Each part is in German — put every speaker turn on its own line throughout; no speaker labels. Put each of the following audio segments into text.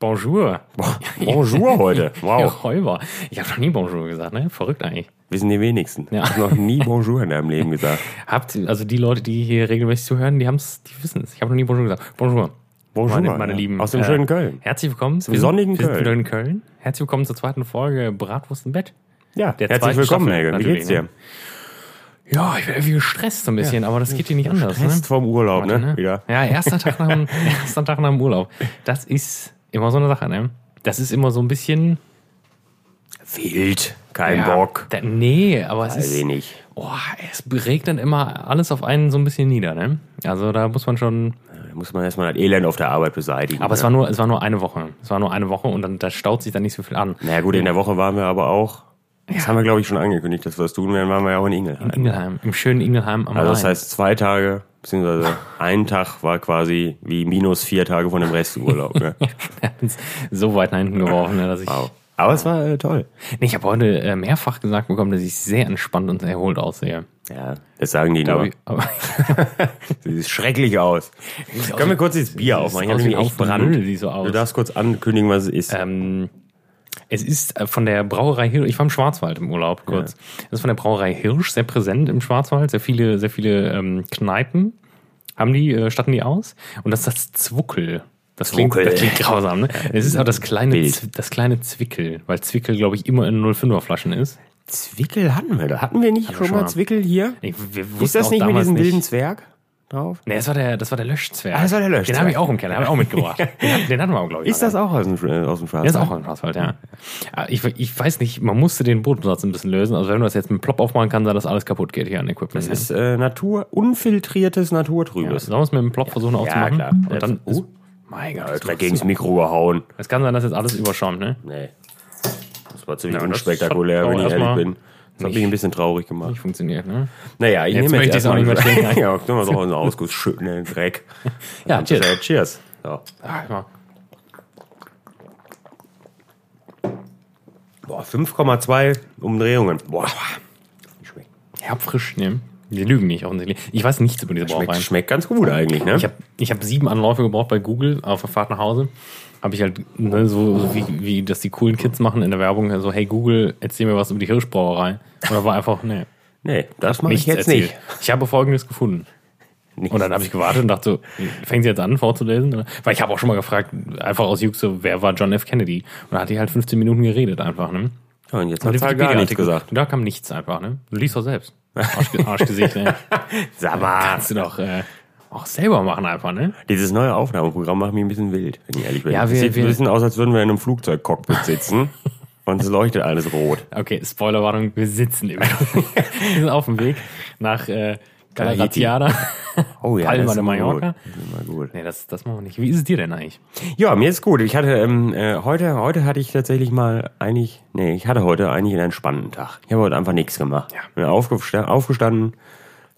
Bonjour.
Bonjour heute. Wow.
Räuber. Ich habe noch nie Bonjour gesagt, ne? Verrückt eigentlich.
Wissen die wenigsten.
Ja.
Ich habe noch nie Bonjour in deinem Leben gesagt.
Habt also die Leute, die hier regelmäßig zuhören, die haben's, die wissen es. Ich habe noch nie Bonjour gesagt. Bonjour.
Bonjour.
meine, meine
ja.
Lieben. Äh,
Aus dem schönen Köln.
Herzlich willkommen zum
sonnigen
wir sind
Köln.
wieder in Köln. Herzlich willkommen zur zweiten Folge Bratwurst im Bett.
Ja,
der
herzlich
zweiten
willkommen,
Staffel,
Helge. Wie
natürlich,
geht's dir?
ne? Ja, ich bin irgendwie gestresst so ein bisschen, aber das geht dir nicht anders.
Rest
Ne?
vom Urlaub, ne? Wieder.
Ja, erster Tag, nach dem, erster Tag nach dem Urlaub. Das ist immer so eine Sache, ne? Das ist immer so ein bisschen.
Wild. Kein
ja,
Bock.
Da, nee, aber es ist.
Wenig.
Oh, es regt dann immer alles auf einen so ein bisschen nieder, ne? Also da muss man schon.
Da muss man erstmal das Elend auf der Arbeit beseitigen.
Aber es
ne?
war nur, es war nur eine Woche. Es war nur eine Woche und dann da staut sich dann nicht so viel an.
Na gut, in der Woche waren wir aber auch. Das haben wir, glaube ich, schon angekündigt, dass wir das tun werden. Waren wir ja auch in Ingelheim.
Ingelheim, im schönen Ingelheim am
Also das
Rhein.
heißt, zwei Tage, beziehungsweise ein Tag war quasi wie minus vier Tage von dem Resturlaub. Ne?
so weit nach hinten geworfen, ne, dass ich.
Wow. Aber es war äh, toll.
Nee, ich habe heute äh, mehrfach gesagt bekommen, dass ich sehr entspannt und erholt aussehe.
Ja, das sagen die
Aber,
nur.
aber
Sieht schrecklich aus. Können wir kurz dieses Bier aufmachen? Ich
aus
habe
wie
nämlich echt
auf
Brand.
Müll, sieht so aus.
Du darfst kurz ankündigen, was es ist.
ähm, es ist äh, von der Brauerei Hirsch, ich war im Schwarzwald im Urlaub kurz. Es ist von der Brauerei Hirsch, sehr präsent im Schwarzwald, sehr viele, sehr viele ähm, Kneipen haben die, äh, statten die aus. Und das ist das Zwuckel. Das klingt,
Zwuckel.
das klingt grausam, ne? Es ist auch das kleine,
Wild.
Z- das kleine Zwickel, weil Zwickel, glaube ich, immer in 05er Flaschen ist.
Zwickel hatten wir da. Hatten wir nicht schon
schon
mal
mal.
Zwickel hier?
Ich, wir
Ist
wussten
das
auch
nicht mit
damals
diesem wilden Zwerg drauf?
Nee, das war der, das war der Löschzwerg.
Ah, das war der Löschzwerg.
Den habe ich auch im Keller, habe ich auch mitgebracht. den, hat- den hatten wir auch, glaube ich.
Ist das auch aus dem, äh, aus dem Schwarz?
Der ist auch im Schwarzwald, ja. Aber Ich, ich weiß nicht, man musste den Bodensatz ein bisschen lösen. Also wenn man das jetzt mit Plop aufmachen kann, dann das alles kaputt geht hier an Equipment.
Das ist äh, Natur, unfiltriertes
ja.
Naturtrübes.
Sollen wir es mit dem Plop versuchen aufzumachen?
klar.
Und dann,
Das-
ist, mein Gott, das
Da
macht
gegen das Mikro gehauen.
so- es kann sein, dass jetzt alles überschäumt, ne?
Nee. Das war ziemlich
das
unspektakulär,
hat
wenn ich
auch
ehrlich
erstmal
bin. Das hat mich ein bisschen traurig gemacht.
Nicht funktioniert, ne?
Naja, ich
Jetzt
nehme jetzt
möchte ich's auch
erstmal
nicht mehr trinken.
ja, können wir doch unseren Ausguss schütten in den Dreck.
Ja, cheers.
Äh, cheers. So.
Ah, ich mach-
Boah, 5,2 Umdrehungen. Boah. Die Schmeckt,
Herbfrisch, ne? Die lügen nicht offensichtlich. Ich weiß nichts über diese
schmeckt,
Brauerei.
schmeckt ganz gut eigentlich, ne?
Ich habe ich hab sieben Anläufe gebraucht bei Google auf der Fahrt nach Hause. Habe ich halt, ne, so, so wie, wie das die coolen Kids machen in der Werbung, so, hey Google, erzähl mir was über die Hirschbrauerei. Und da war einfach, ne, nee,
nee, das mache ich
nichts
jetzt
erzählt. Ich habe folgendes gefunden.
nicht.
Und dann habe ich gewartet und dachte so, fängt sie jetzt an vorzulesen? Weil ich habe auch schon mal gefragt, einfach aus Jux, so, wer war John F. Kennedy? Und da hat die halt 15 Minuten geredet einfach, ne?
Ja, und jetzt
Und
hat
die
er gar nichts
Wikipedia-Artikel-
gesagt.
Da kam nichts einfach, ne? Du liest doch selbst. Arschge Arschgesicht, ne?
Sag mal,
Kannst du doch äh, auch selber machen einfach, ne?
dieses neue Aufnahmeprogramm macht mich ein bisschen wild, wenn ich ehrlich bin.
Ja,
Es
wir-
sieht ein
wir-
bisschen aus, als würden wir in einem Flugzeugcockpit sitzen und es leuchtet alles rot.
Okay, Spoilerwarnung, wir sitzen immer. wir sind auf dem Weg nach äh, Galatiada.
Oh ja,
Palma
das ist
de
immer
Mallorca.
Gut. Das ist immer gut.
Nee, das, das machen wir nicht. Wie ist es dir denn eigentlich?
Ja, mir ist gut. Ich hatte ähm, äh, heute, heute hatte ich tatsächlich mal eigentlich, nee, ich hatte heute eigentlich einen entspannten Tag. Ich habe heute einfach nichts gemacht.
Ja.
Bin aufgesta aufgestanden,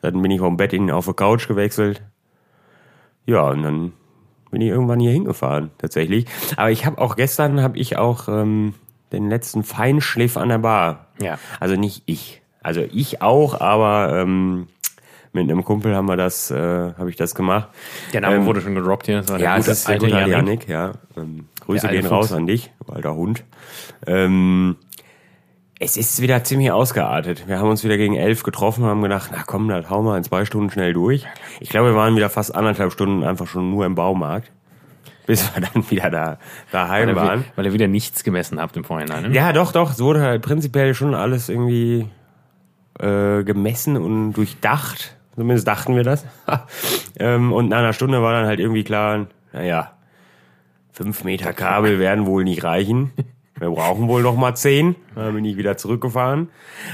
dann bin ich vom Bett in auf die Couch gewechselt. Ja, und dann bin ich irgendwann hier hingefahren tatsächlich. Aber ich habe auch gestern habe ich auch ähm, den letzten Feinschliff an der Bar.
Ja.
Also nicht ich, also ich auch, aber ähm, mit einem Kumpel haben wir das, äh, habe ich das gemacht.
Der Name
Ähm,
wurde schon gedroppt hier. Das war der
Ja, ne?
gute
es ist der
alte
gute
Janik.
Janik, ja. Ähm, Grüße
Der alte
gehen raus
Fuchs.
an dich, du alter Hund. Ähm, es ist wieder ziemlich ausgeartet. Wir haben uns wieder gegen elf getroffen und haben gedacht, na komm, das hauen wir in zwei Stunden schnell durch. Ich glaube, wir waren wieder fast anderthalb Stunden einfach schon nur im Baumarkt, bis wir dann wieder da daheim
Weil er
waren.
wi- Weil ihr wieder nichts gemessen habt im Vorhinein. Ne?
Ja, doch, doch. Es wurde halt prinzipiell schon alles irgendwie äh, gemessen und durchdacht. Zumindest dachten wir das. ähm, und nach einer Stunde war dann halt irgendwie klar, naja, fünf Meter Kabel werden wohl nicht reichen. Wir brauchen wohl noch mal zehn. Dann bin ich wieder zurückgefahren.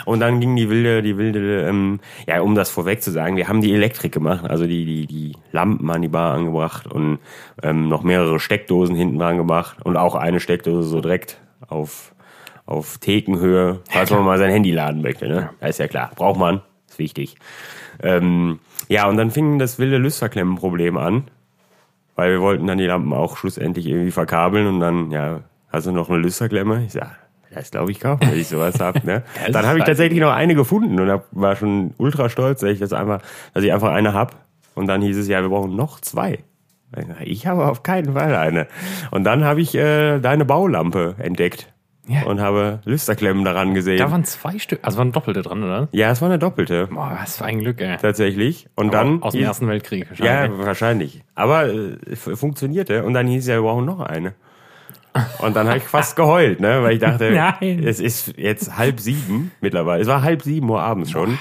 Und dann ging die wilde, die wilde, ähm, ja, um das vorweg zu sagen, wir haben die Elektrik gemacht, also die, die, die Lampen an die Bar angebracht und ähm, noch mehrere Steckdosen hinten dran gemacht und auch eine Steckdose so direkt auf, auf Thekenhöhe, falls man mal sein Handy laden möchte, ne? Ja, ist ja klar. Braucht man. Ist wichtig. Ähm, ja, und dann fing das wilde Lüsterklemmenproblem an weil wir wollten dann die Lampen auch schlussendlich irgendwie verkabeln und dann, ja, hast du noch eine Lüsterklemme? Ich sag, das glaube ich kaum, wenn ich sowas hab Ne?
ist
dann habe ich
scheiße.
tatsächlich noch eine gefunden und hab, war schon ultra stolz, dass ich, das einfach, dass ich einfach eine hab Und dann hieß es, ja, wir brauchen noch zwei. Ich habe auf keinen Fall eine. Und dann habe ich äh, deine Baulampe entdeckt
Ja.
und habe Lüsterklemmen daran gesehen.
Da waren zwei Stück, also waren doppelte dran, oder?
ja, es war eine doppelte
Boah, was für ein Glück, ey.
tatsächlich. Und dann
aus dem
hieß-
Ersten Weltkrieg. wahrscheinlich.
Ja, wahrscheinlich. Aber äh, f- funktionierte. Und dann hieß ja, wir brauchen noch eine. Und dann habe ich fast geheult, ne? weil ich dachte,
Nein.
es ist jetzt halb sieben mittlerweile. Es war halb sieben Uhr abends schon.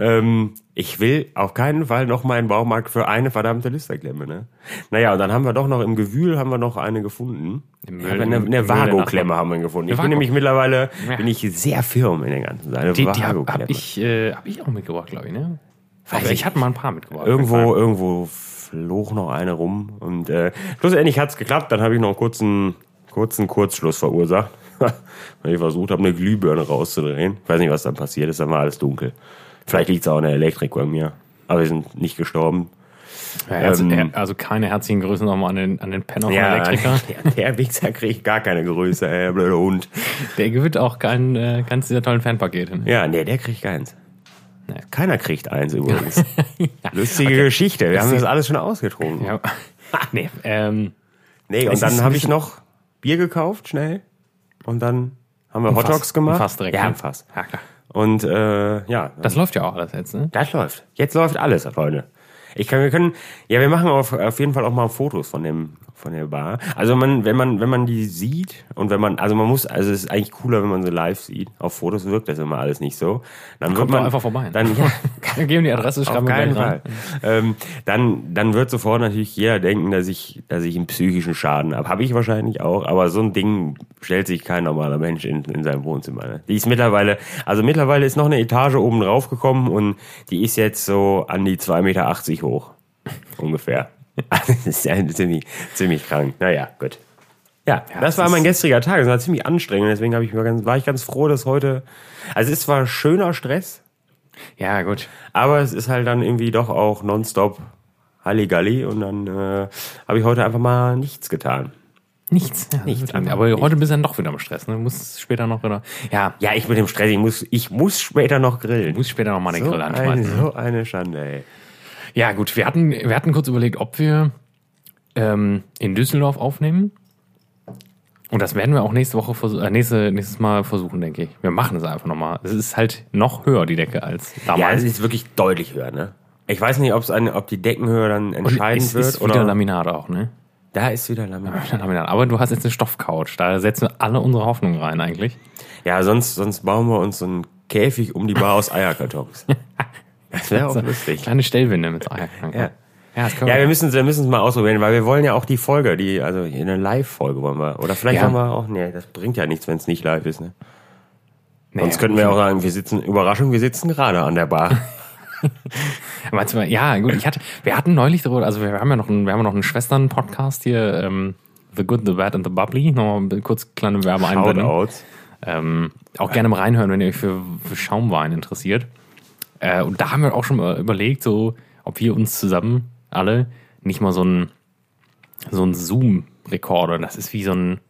Ähm, ich will auf keinen Fall noch mal einen Baumarkt für eine verdammte Listerklemme. Ne? Naja, und dann haben wir doch noch im Gewühl haben wir noch eine gefunden.
Im
Ja,
Müll-
eine
im Müll
eine
der Nachbarn.
Vago-Klemme haben wir gefunden. Ich bin
Vago.
nämlich mittlerweile
Ja.
bin ich sehr firm in den ganzen Sachen. Eine
Die, die habe
Vago-Klemme.
hab ich, äh, hab ich auch mitgebracht, glaube ich, ne?
Weiß
Aber
ich
ich hatte mal ein paar mitgebracht.
Irgendwo, irgendwo floch noch eine rum. Und äh, schlussendlich hat's geklappt. Dann habe ich noch einen kurzen, kurzen Kurzschluss verursacht. Weil ich versucht habe, eine Glühbirne rauszudrehen. Ich weiß nicht, was dann passiert ist. Dann war alles dunkel. Vielleicht liegt's auch an der Elektrik bei mir. Aber wir sind nicht gestorben.
Ja, Herz,
ähm,
her- also keine herzlichen Grüße nochmal an den, an den Penner
Ja,
von Elektriker.
Der, der Wichser kriegt gar keine Größe, ey, der blöde Hund.
Der gewinnt auch kein, äh, keins dieser tollen Fanpakete. Ne?
Ja, nee, der kriegt keins.
Nee.
Keiner kriegt eins übrigens. Lustige Geschichte. Wir haben das alles schon ausgetrunken.
Ja. nee, ähm,
Nee,
Es
und
ist
dann
ein
habe ich
bisschen-
noch Bier gekauft, schnell. Und dann haben wir Hot Dogs
Fass-
gemacht.
ein Fass direkt.
ja,
ne?
ein Fass.
Ja, klar.
Und äh, ja,
Das läuft ja auch alles jetzt, ne?
das läuft. Jetzt läuft alles, Freunde. Ich kann, wir können, ja, wir machen auf, auf jeden Fall auch mal Fotos von dem, von der Bar. Also man, wenn man, wenn man die sieht und wenn man, also man muss, also es ist eigentlich cooler, wenn man sie live sieht. Auf Fotos wirkt das immer alles nicht so. Dann wird
Kommt doch
man
einfach vorbei.
Dann, ja,
Wir geben die Adresse, schreiben
auf
wir
keinen
gleich
Fall.
rein.
Ähm, dann, dann wird sofort natürlich jeder denken, dass ich, dass ich einen psychischen Schaden habe. Habe ich wahrscheinlich auch, aber so ein Ding stellt sich kein normaler Mensch in, in seinem Wohnzimmer. Ne? Die ist mittlerweile, also mittlerweile ist noch eine Etage oben drauf gekommen und die ist jetzt so an die 2,80 Meter hoch. Ungefähr. das ist ja ziemlich, ziemlich krank. Naja, gut. Ja, das war mein gestriger Tag. Es war ziemlich anstrengend. Deswegen hab ich mir ganz, war ich ganz froh, dass heute. Also es ist zwar schöner Stress,
Ja, gut.
aber es ist halt dann irgendwie doch auch nonstop Halligalli und dann äh, habe ich heute einfach mal nichts getan.
Nichts. Ja, Nichts. Aber heute bist du dann doch wieder am Stress, ne? Du musst später noch wieder. Ja,
Ja, ich mit dem Stress, ich muss, ich muss später noch grillen.
du musst später noch mal den
so,
Grill
eine,
anschmeißen.
so eine Schande, ey.
Ja, gut, wir hatten, wir hatten kurz überlegt, ob wir ähm, in Düsseldorf aufnehmen. Und das werden wir auch nächste Woche versu- äh, nächste, nächstes Mal versuchen, denke ich. Wir machen es einfach nochmal. Es ist halt noch höher, die Decke, als
Ja, es
damals.
ist wirklich deutlich höher, ne? Ich weiß nicht, ob's an, ob die Deckenhöhe dann entscheidend
es
wird
ist wieder
oder.
Laminat auch, ne?
da ist wieder Laminat.
Wieder Laminat. Aber du hast jetzt eine Stoffcouch. Da setzen wir alle unsere Hoffnungen rein, eigentlich.
Ja, sonst, sonst bauen wir uns so einen Käfig um die Bar aus Eierkartons. Das wäre auch lustig.
äh, Kleine Stellwinde mit so Eierkranken.
Ja.
ja, das können
Ja,
wir.
wir müssen wir müssen es mal ausprobieren, weil wir wollen ja auch die Folge, die also eine Live-Folge wollen wir. Oder vielleicht
Ja.
haben wir auch, nee, das bringt ja nichts, wenn es nicht live ist. Ne?
nee,
Sonst könnten wir auch sagen, wir sitzen Überraschung, wir sitzen gerade an der Bar.
Meinst du, ja, gut, ich hatte, wir hatten neulich darüber, also wir haben ja noch einen, wir haben ja noch einen Schwestern-Podcast hier, ähm, The Good, The Bad and The Bubbly. Nochmal kurz kleine Werbeeinblendung.
Shoutouts.
Ähm, auch gerne mal reinhören, wenn ihr euch für, für Schaumwein interessiert. Äh, und da haben wir auch schon mal überlegt, so, ob wir uns zusammen alle nicht mal so ein, so ein Zoom-Rekorder, das ist wie so ein,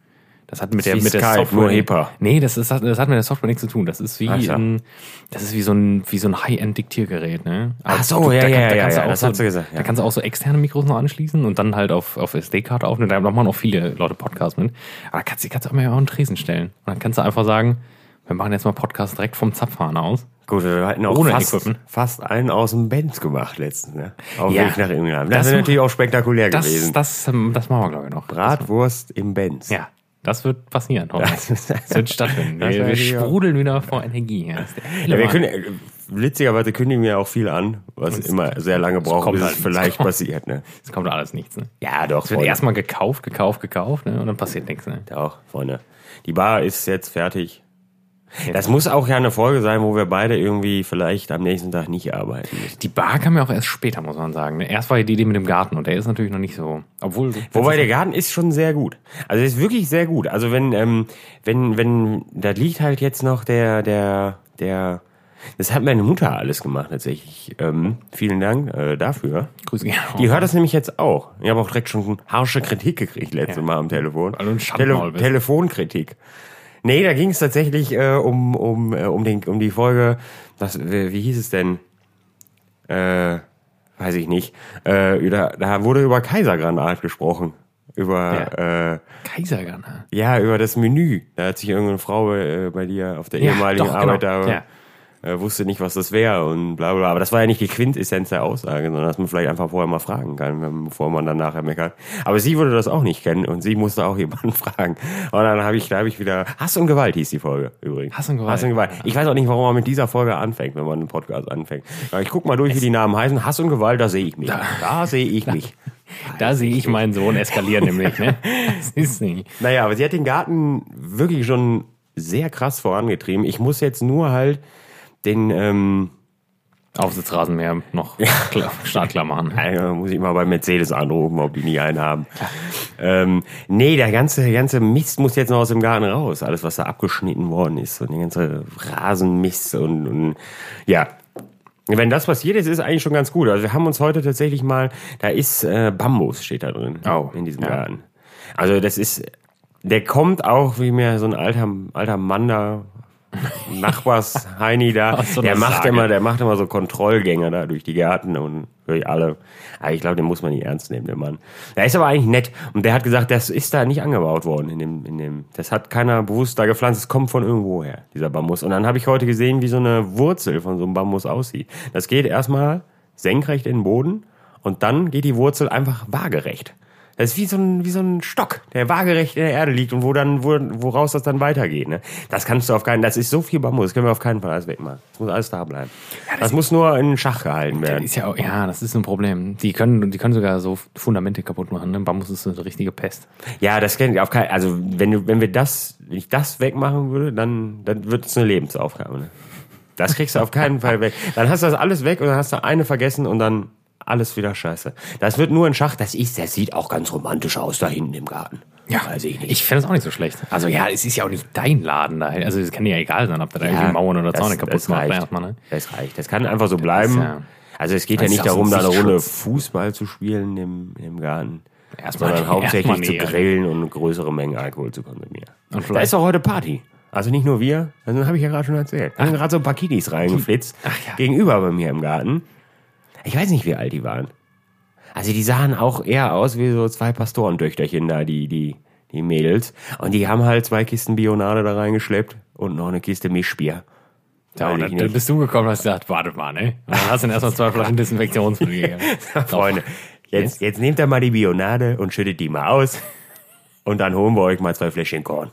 das hat mit der,
wie
mit der
Skype,
Software.
nur hipper.
Nee, das, ist, das hat mit der Software nichts zu tun. Das ist wie,
Ach so.
ein, das ist wie so ein, wie so ein High-End-Diktiergerät, ne?
Ach so,
Du-
ja, ja,
da
ja,
kannst
ja,
du auch
das hat sie gesagt,
Da
ja.
kannst du auch so externe Mikros noch anschließen und dann halt auf, auf SD-Karte aufnehmen. Da machen auch viele Leute Podcasts mit. Aber da kannst du kannst du auch mal auf einen Tresen stellen. Und dann kannst du einfach sagen, wir machen jetzt mal Podcast direkt vom Zapfhahn aus.
Gut, wir hatten auch
Ohne
fast,
Equipment.
fast einen aus dem Benz gemacht letztens, ne? Auf dem
Ja.
Weg nach England. Das,
Das
wäre
macht-
natürlich auch spektakulär
Das,
gewesen.
das, ähm, das machen wir, glaube ich, noch.
Bratwurst im Benz.
Ja, das wird passieren. hoffentlich.
Das-
Das wird stattfinden.
Das
Wir, wir
weiß ich auch.
sprudeln wieder vor Energie. Ja, das ist der helle
Ja, wir
Mann.
können, äh, witzigerweise kündigen wir auch viel an, was immer sehr lange braucht,
kommt
bis
halt,
es
es
vielleicht
kommt.
passiert. Ne?
es kommt alles nichts. Ne?
Ja, doch.
Es wird
Freunde.
erstmal gekauft, gekauft, gekauft ne? und dann passiert nichts. Ne?
Auch, Freunde. Die Bar ist jetzt fertig. Das muss auch ja eine Folge sein, wo wir beide irgendwie vielleicht am nächsten Tag nicht arbeiten müssen.
Die Bar kam ja auch erst später, muss man sagen. ne? Erst war ja die Idee mit dem Garten und der ist natürlich noch nicht so. Obwohl.
Wobei der Garten ist schon sehr gut. Also ist wirklich sehr gut. Also wenn, ähm, wenn, wenn, da liegt halt jetzt noch der, der, der, das hat meine Mutter alles gemacht tatsächlich. Ähm, vielen Dank äh, dafür.
Grüße gerne.
Die hört das nämlich jetzt auch. Ich habe auch direkt schon harsche Kritik gekriegt letztes
Ja.
Mal am Telefon.
Weil du ein Schandmaul bist.
Telefonkritik. Nee, da ging es tatsächlich äh, um, um, äh, um, den, um die Folge, das, wie, wie hieß es denn? Äh, weiß ich nicht, äh, da, da wurde über Kaisergranat gesprochen. Über, ja. Äh,
Kaisergranat.
ja, über das Menü. Da hat sich irgendeine Frau äh, bei dir auf der
Ja,
ehemaligen
doch,
Arbeit
genau.
da äh, wusste nicht, was das wäre und bla bla. Aber das war ja nicht die Quintessenz der Aussage, sondern dass man vielleicht einfach vorher mal fragen kann, wenn- bevor man dann nachher meckert. Aber sie würde das auch nicht kennen und sie musste auch jemanden fragen. Und dann habe ich, da habe ich wieder Hass und Gewalt hieß die Folge übrigens.
Hass und Gewalt.
Hass und Gewalt. Ich weiß auch nicht, warum man mit dieser Folge anfängt, wenn man einen Podcast anfängt. Aber ich guck mal durch, wie die Namen heißen. Hass und Gewalt, da sehe ich mich. Da, sehe ich mich.
Da sehe ich meinen Sohn eskalieren nämlich, ne? Das ist nicht.
Naja, aber sie hat den Garten wirklich schon sehr krass vorangetrieben. Ich muss jetzt nur halt den ähm,
Aufsitzrasenmäher noch klar, startklar machen.
Einmal äh, muss ich mal bei Mercedes anrufen, ob die nie einen haben. ähm, nee, der ganze, der ganze Mist muss jetzt noch aus dem Garten raus. Alles, was da abgeschnitten worden ist und der ganze Rasenmist und, und ja. Wenn das passiert ist, ist eigentlich schon ganz gut. Also wir haben uns heute tatsächlich mal, da ist äh, Bambus steht da drin
Oh,
in diesem
ja.
Garten. Also das ist, der kommt auch wie mir so ein alter alter Mann da Nachbars Heini da,
Aus so einer
der macht
Sage.
immer, der macht immer so Kontrollgänge da durch die Gärten und durch alle. Aber ich glaube, den muss man nicht ernst nehmen, den Mann. Der ist aber eigentlich nett und der hat gesagt, das ist da nicht angebaut worden in dem, in dem. Das hat keiner bewusst da gepflanzt. Es kommt von irgendwo her dieser Bambus. Und dann habe ich heute gesehen, wie so eine Wurzel von so einem Bambus aussieht. Das geht erstmal senkrecht in den Boden und dann geht die Wurzel einfach waagerecht. Das ist wie so ein, wie so ein Stock, der waagerecht in der Erde liegt und wo dann, wo, woraus das dann weitergeht. Ne? Das kannst du auf keinen, das ist so viel Bambus, das können wir auf keinen Fall alles wegmachen. Das muss alles da bleiben. das muss nur in Schach gehalten werden.
Ist ja, auch, ja, das ist ein Problem. Die können, die können sogar so Fundamente kaputt machen. Ne? Bambus ist eine richtige Pest.
Ja, das kann ich auf keinen, also wenn du, wenn wir das, wenn ich das wegmachen würde, dann, dann wird es eine Lebensaufgabe. Ne? Das kriegst du auf keinen Fall weg. Dann hast du das alles weg und dann hast du eine vergessen und dann alles wieder scheiße. Das wird nur in Schach, das ist, das sieht auch ganz romantisch aus da hinten im Garten. weiß ich nicht.
Ich finde das auch nicht so schlecht. Also ja, es ist ja auch nicht dein Laden da. Also es kann dir ja egal sein, ob da irgendwie Mauern oder Zaune kaputt macht.
reicht.
erstmal, ne?
Das reicht. Das kann einfach so bleiben.
ja-
also es geht ja
Das ist
nicht
ja auch
darum,
ein
da eine Runde
Sichtschutz.
Fußball zu spielen im, im Garten,
Erstmal
sondern
nicht,
hauptsächlich
erstmal
zu
nicht, ja.
grillen und größere Mengen Alkohol zu konsumieren.
Und vielleicht-
da ist doch heute Party. Also nicht nur wir, dann habe ich ja gerade schon erzählt. Da sind gerade so ein paar Kiddies reingeflitzt,
ja.
gegenüber bei mir im Garten. Ich weiß nicht, wie alt die waren. Also die sahen auch eher aus wie so zwei Pastorentöchterchen da, die, die, die Mädels. Und die haben halt zwei Kisten Bionade da reingeschleppt und noch eine Kiste Mischbier.
Ja, und
Weiß ich
dann, dann bist du gekommen und hast gesagt, warte mal, ne? Und dann hast du dann erstmal zwei Flaschen Desinfektionsmittel gegeben.
Freunde, jetzt, jetzt nehmt ihr mal die Bionade und schüttet die mal aus. Und dann holen wir euch mal zwei Fläschchen Korn.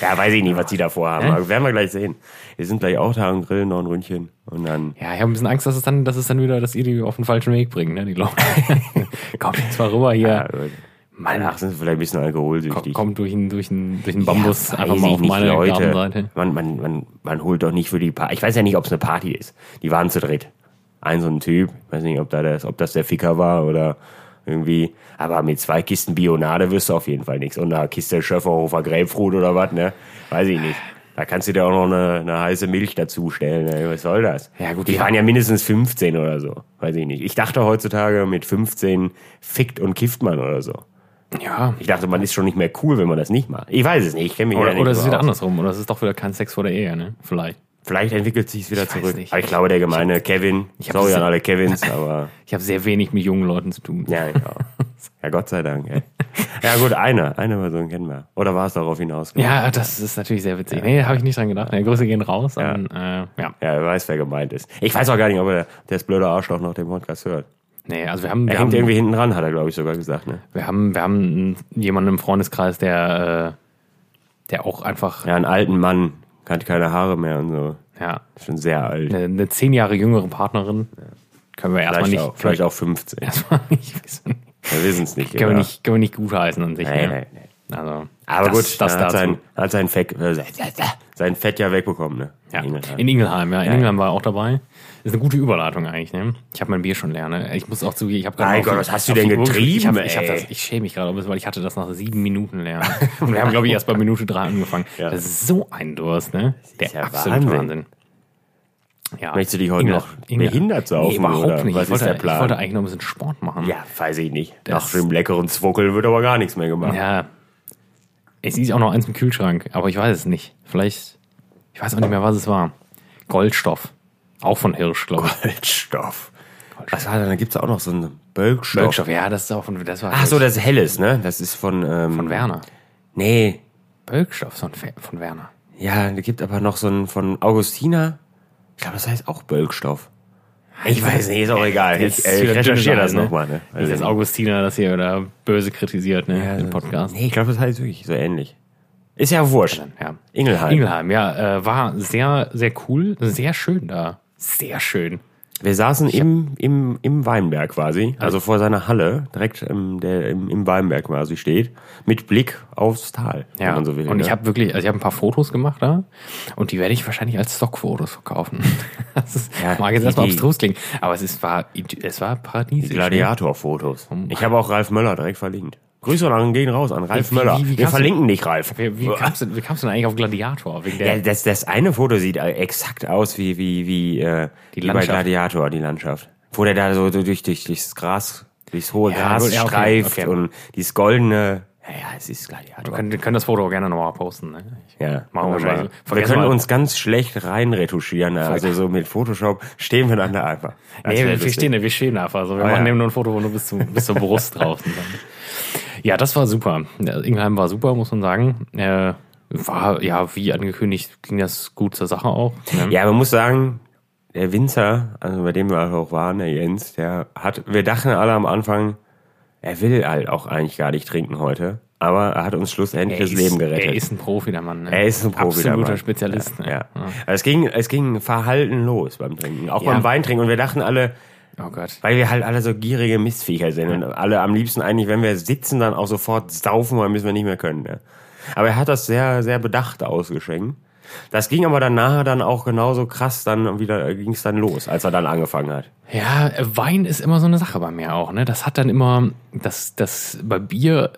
Da weiß ich nicht, was die da vorhaben. Aber werden wir gleich sehen. Wir sind gleich auch da und grillen noch ein Ründchen. Und dann.
Ja, ich habe ein bisschen Angst, dass es dann, dass es dann wieder, dass ihr die auf den falschen Weg bringt, ne? Die Leute. kommt jetzt mal rüber hier.
Leute.
Mann,
Danach sind wir vielleicht ein bisschen alkoholsüchtig.
kommt durch einen, durch einen, durch einen Bambus
Ja,
einfach
weiß
mal
ich
auf
nicht,
meine
Leute.
Gartenseite.
Man, man, man, man holt doch nicht für die Party. Ich weiß ja nicht, ob es eine Party ist. Die waren zu dritt. Ein so ein Typ, ich weiß nicht, ob, da das, ob das der Ficker war oder irgendwie. Aber mit zwei Kisten Bionade wirst du auf jeden Fall nichts. Und einer Kiste Schöfferhofer Grapefruit oder was, ne? Weiß ich nicht. Da kannst du dir auch noch eine, eine heiße Milch dazustellen. Ne? Was soll das?
Ja, gut,
die
ja.
waren ja mindestens 15 oder so. Weiß ich nicht. Ich dachte heutzutage, mit 15 fickt und kifft man oder so.
Ja.
Ich dachte, man ist schon nicht mehr cool, wenn man das nicht macht. Ich weiß es nicht, ich kenne mich ja
Oder,
nicht
oder es ist
so
wieder
aus.
andersrum. Oder es ist doch wieder kein Sex vor der Ehe, ne? Vielleicht.
Vielleicht entwickelt sich es wieder zurück.
weiß nicht.
Aber ich glaube, der gemeine Kevin,
hab
sorry
das-
an alle Kevins, aber
Ich habe sehr wenig mit jungen Leuten zu tun.
ja, ich auch. ja, Gott sei Dank. Ey. Ja gut, einer, eine Person kennen wir. Oder war es darauf hinaus?
Ja, das ist natürlich sehr witzig. Nee, habe ich nicht dran gedacht. Ja, Grüße gehen raus. Ja. An, äh, ja.
Ja, wer weiß, wer gemeint ist. Ich weiß auch gar nicht, ob er das blöde Arschloch noch den Podcast hört.
Nee, also wir haben,
Er
wir
hängt
haben,
irgendwie hinten dran, hat er, glaube ich, sogar gesagt. Ne?
wir haben, wir haben jemanden im Freundeskreis, der, äh, der auch einfach, ja,
Ja, einen alten Mann, hat keine Haare mehr und so.
ja
Ist Schon sehr alt.
eine, eine zehn Jahre jüngere Partnerin. Können wir erstmal
vielleicht,
nicht,
auch, vielleicht auch 15.
erstmal nicht wissen.
Wir wissen es nicht.
Können, wir
genau.
nicht, können wir nicht gutheißen an sich.
Nee,
ne?
nee, nee.
Also,
Aber
das,
gut,
das
das hat
dazu.
sein, hat sein, Fett, äh, sein Fett ja wegbekommen. Ne?
ja.
Ingelheim.
In Ingelheim, ja. In
Ja,
Ingelheim war er auch dabei. Ist eine gute Überleitung eigentlich, ne? Ich habe mein Bier schon leer, ne? Ich muss auch zugeben, ich habe gerade.
Mein
auf
Gott,
die-
was hast du
auf die
denn
Uhr geschaut. Ich, hab,
getrieben,
ich, hab
ey?
das, ich schäme mich gerade, ein bisschen, weil ich hatte das nach sieben Minuten leer. Und wir haben, glaube ich, erst bei Minute drei angefangen.
Ja.
Das ist so ein Durst, ne? Der
ist ja
absolute Wahnsinn.
Wahnsinn.
Ja.
Möchtest du dich heute noch behindert saufen,
Nee, überhaupt
oder?
nicht.
Was
ich, wollte,
ist der Plan?
ich wollte eigentlich noch ein bisschen Sport machen.
Ja, weiß ich nicht. Nach
Das-
dem leckeren Zwuckel wird aber gar nichts mehr gemacht.
Ja. Es ist auch noch eins im Kühlschrank, aber ich weiß es nicht. Vielleicht, ich weiß auch nicht mehr, was es war. Goldstoff. Auch von Hirsch, glaube ich.
Goldstoff.
Quatsch.
Achso, dann gibt's auch noch so einen Bölkstoff.
Bölkstoff, ja, das ist auch von, das war
Ach so, das ist Helles, ne? Das ist von, ähm,
von Werner.
Nee.
Bölkstoff von, Fe- von Werner.
Ja, da gibt aber noch so einen von Augustiner. Ich glaube, das heißt auch Bölkstoff. Ich weiß nicht, ist auch egal. Ich, äh, ich recherchiere das nochmal, ne?
Das ist jetzt Augustiner, das hier oder böse kritisiert, ne?
Ja,
Im Podcast.
Nee, ich glaube, das heißt wirklich so ähnlich. Ist ja wurscht.
Ja.
Ingelheim.
Ingelheim, ja, äh, war sehr, sehr cool, sehr schön da. Sehr schön.
Wir saßen im, im, im Weinberg quasi, also vor seiner Halle, direkt ähm, der im, im Weinberg quasi steht, mit Blick aufs Tal,
Ja.
wenn man so will.
und
ne?
ich habe wirklich, also ich habe ein paar Fotos gemacht da und die werde ich wahrscheinlich als Stockfotos verkaufen. Das ist,
Ja,
mag jetzt
die-
erstmal
die-
abstrus klingen, aber es ist, war, es war paradiesisch. ne? Oh
Gladiator-Fotos. Ich habe auch Ralf Möller direkt verlinkt. Grüße dann gehen raus an Ralf Möller.
wie- wie
Wir
kannst du-
verlinken dich, Ralf.
Wie, wie, kamst du, wie kamst du denn eigentlich auf Gladiator? Wegen der,
Ja, das, das eine Foto sieht äh, exakt aus wie, wie, wie, äh,
Die
wie bei
Landschaft.
Gladiator, die Landschaft. Wo der da so durch, durch, durchs Gras, durchs hohe
Ja,
Gras
gut, ja, okay,
streift
okay.
und dieses goldene. Ja, ja, es ist Gladiator.
können, können das Foto auch gerne nochmal posten. Ne? Ich-
Ja,
Machen wir wahrscheinlich.
mal. Wir
Vergessen
können
wir-
uns ganz schlecht reinretuschieren. Also so mit Photoshop stehen wir dann da einfach.
Nee,
Das wär
wir, wir
lustig. Ah,
stehen da, wir stehen da. Also wir machen
ja.
eben nur ein Foto, wo nur bis, zum, bis zur Brust draußen. sind. Ja, das war super. Ja, Ingelheim war super, muss man sagen. Äh, war, ja, wie angekündigt, ging das gut zur Sache auch. Ne?
Ja, man muss sagen, der Winzer, also bei dem wir halt auch waren, der Jens, der hat, wir dachten alle am Anfang, er will halt auch eigentlich gar nicht trinken heute. Aber er hat uns schlussendlich das
ist,
Leben
Er
gerettet.
ist ein Profi, der Mann. ne?
Er ist ein Profi
Absoluter
dabei.
Spezialist. ne?
ja. Also es ging, es ging verhalten los beim Trinken, auch
Ja.
beim Weintrinken. Und wir dachten alle,
Oh Gott.
weil wir halt alle so gierige Mistviecher sind und alle am liebsten eigentlich, wenn wir sitzen, dann auch sofort saufen, weil müssen wir nicht mehr können. Ne? Aber er hat das sehr, sehr bedacht ausgeschenkt. Das ging aber dann nachher dann auch genauso krass, dann wieder ging es dann los, als er dann angefangen hat.
Ja, äh, Wein ist immer so eine Sache bei mir auch. Ne? Das hat dann immer, das, das bei Bier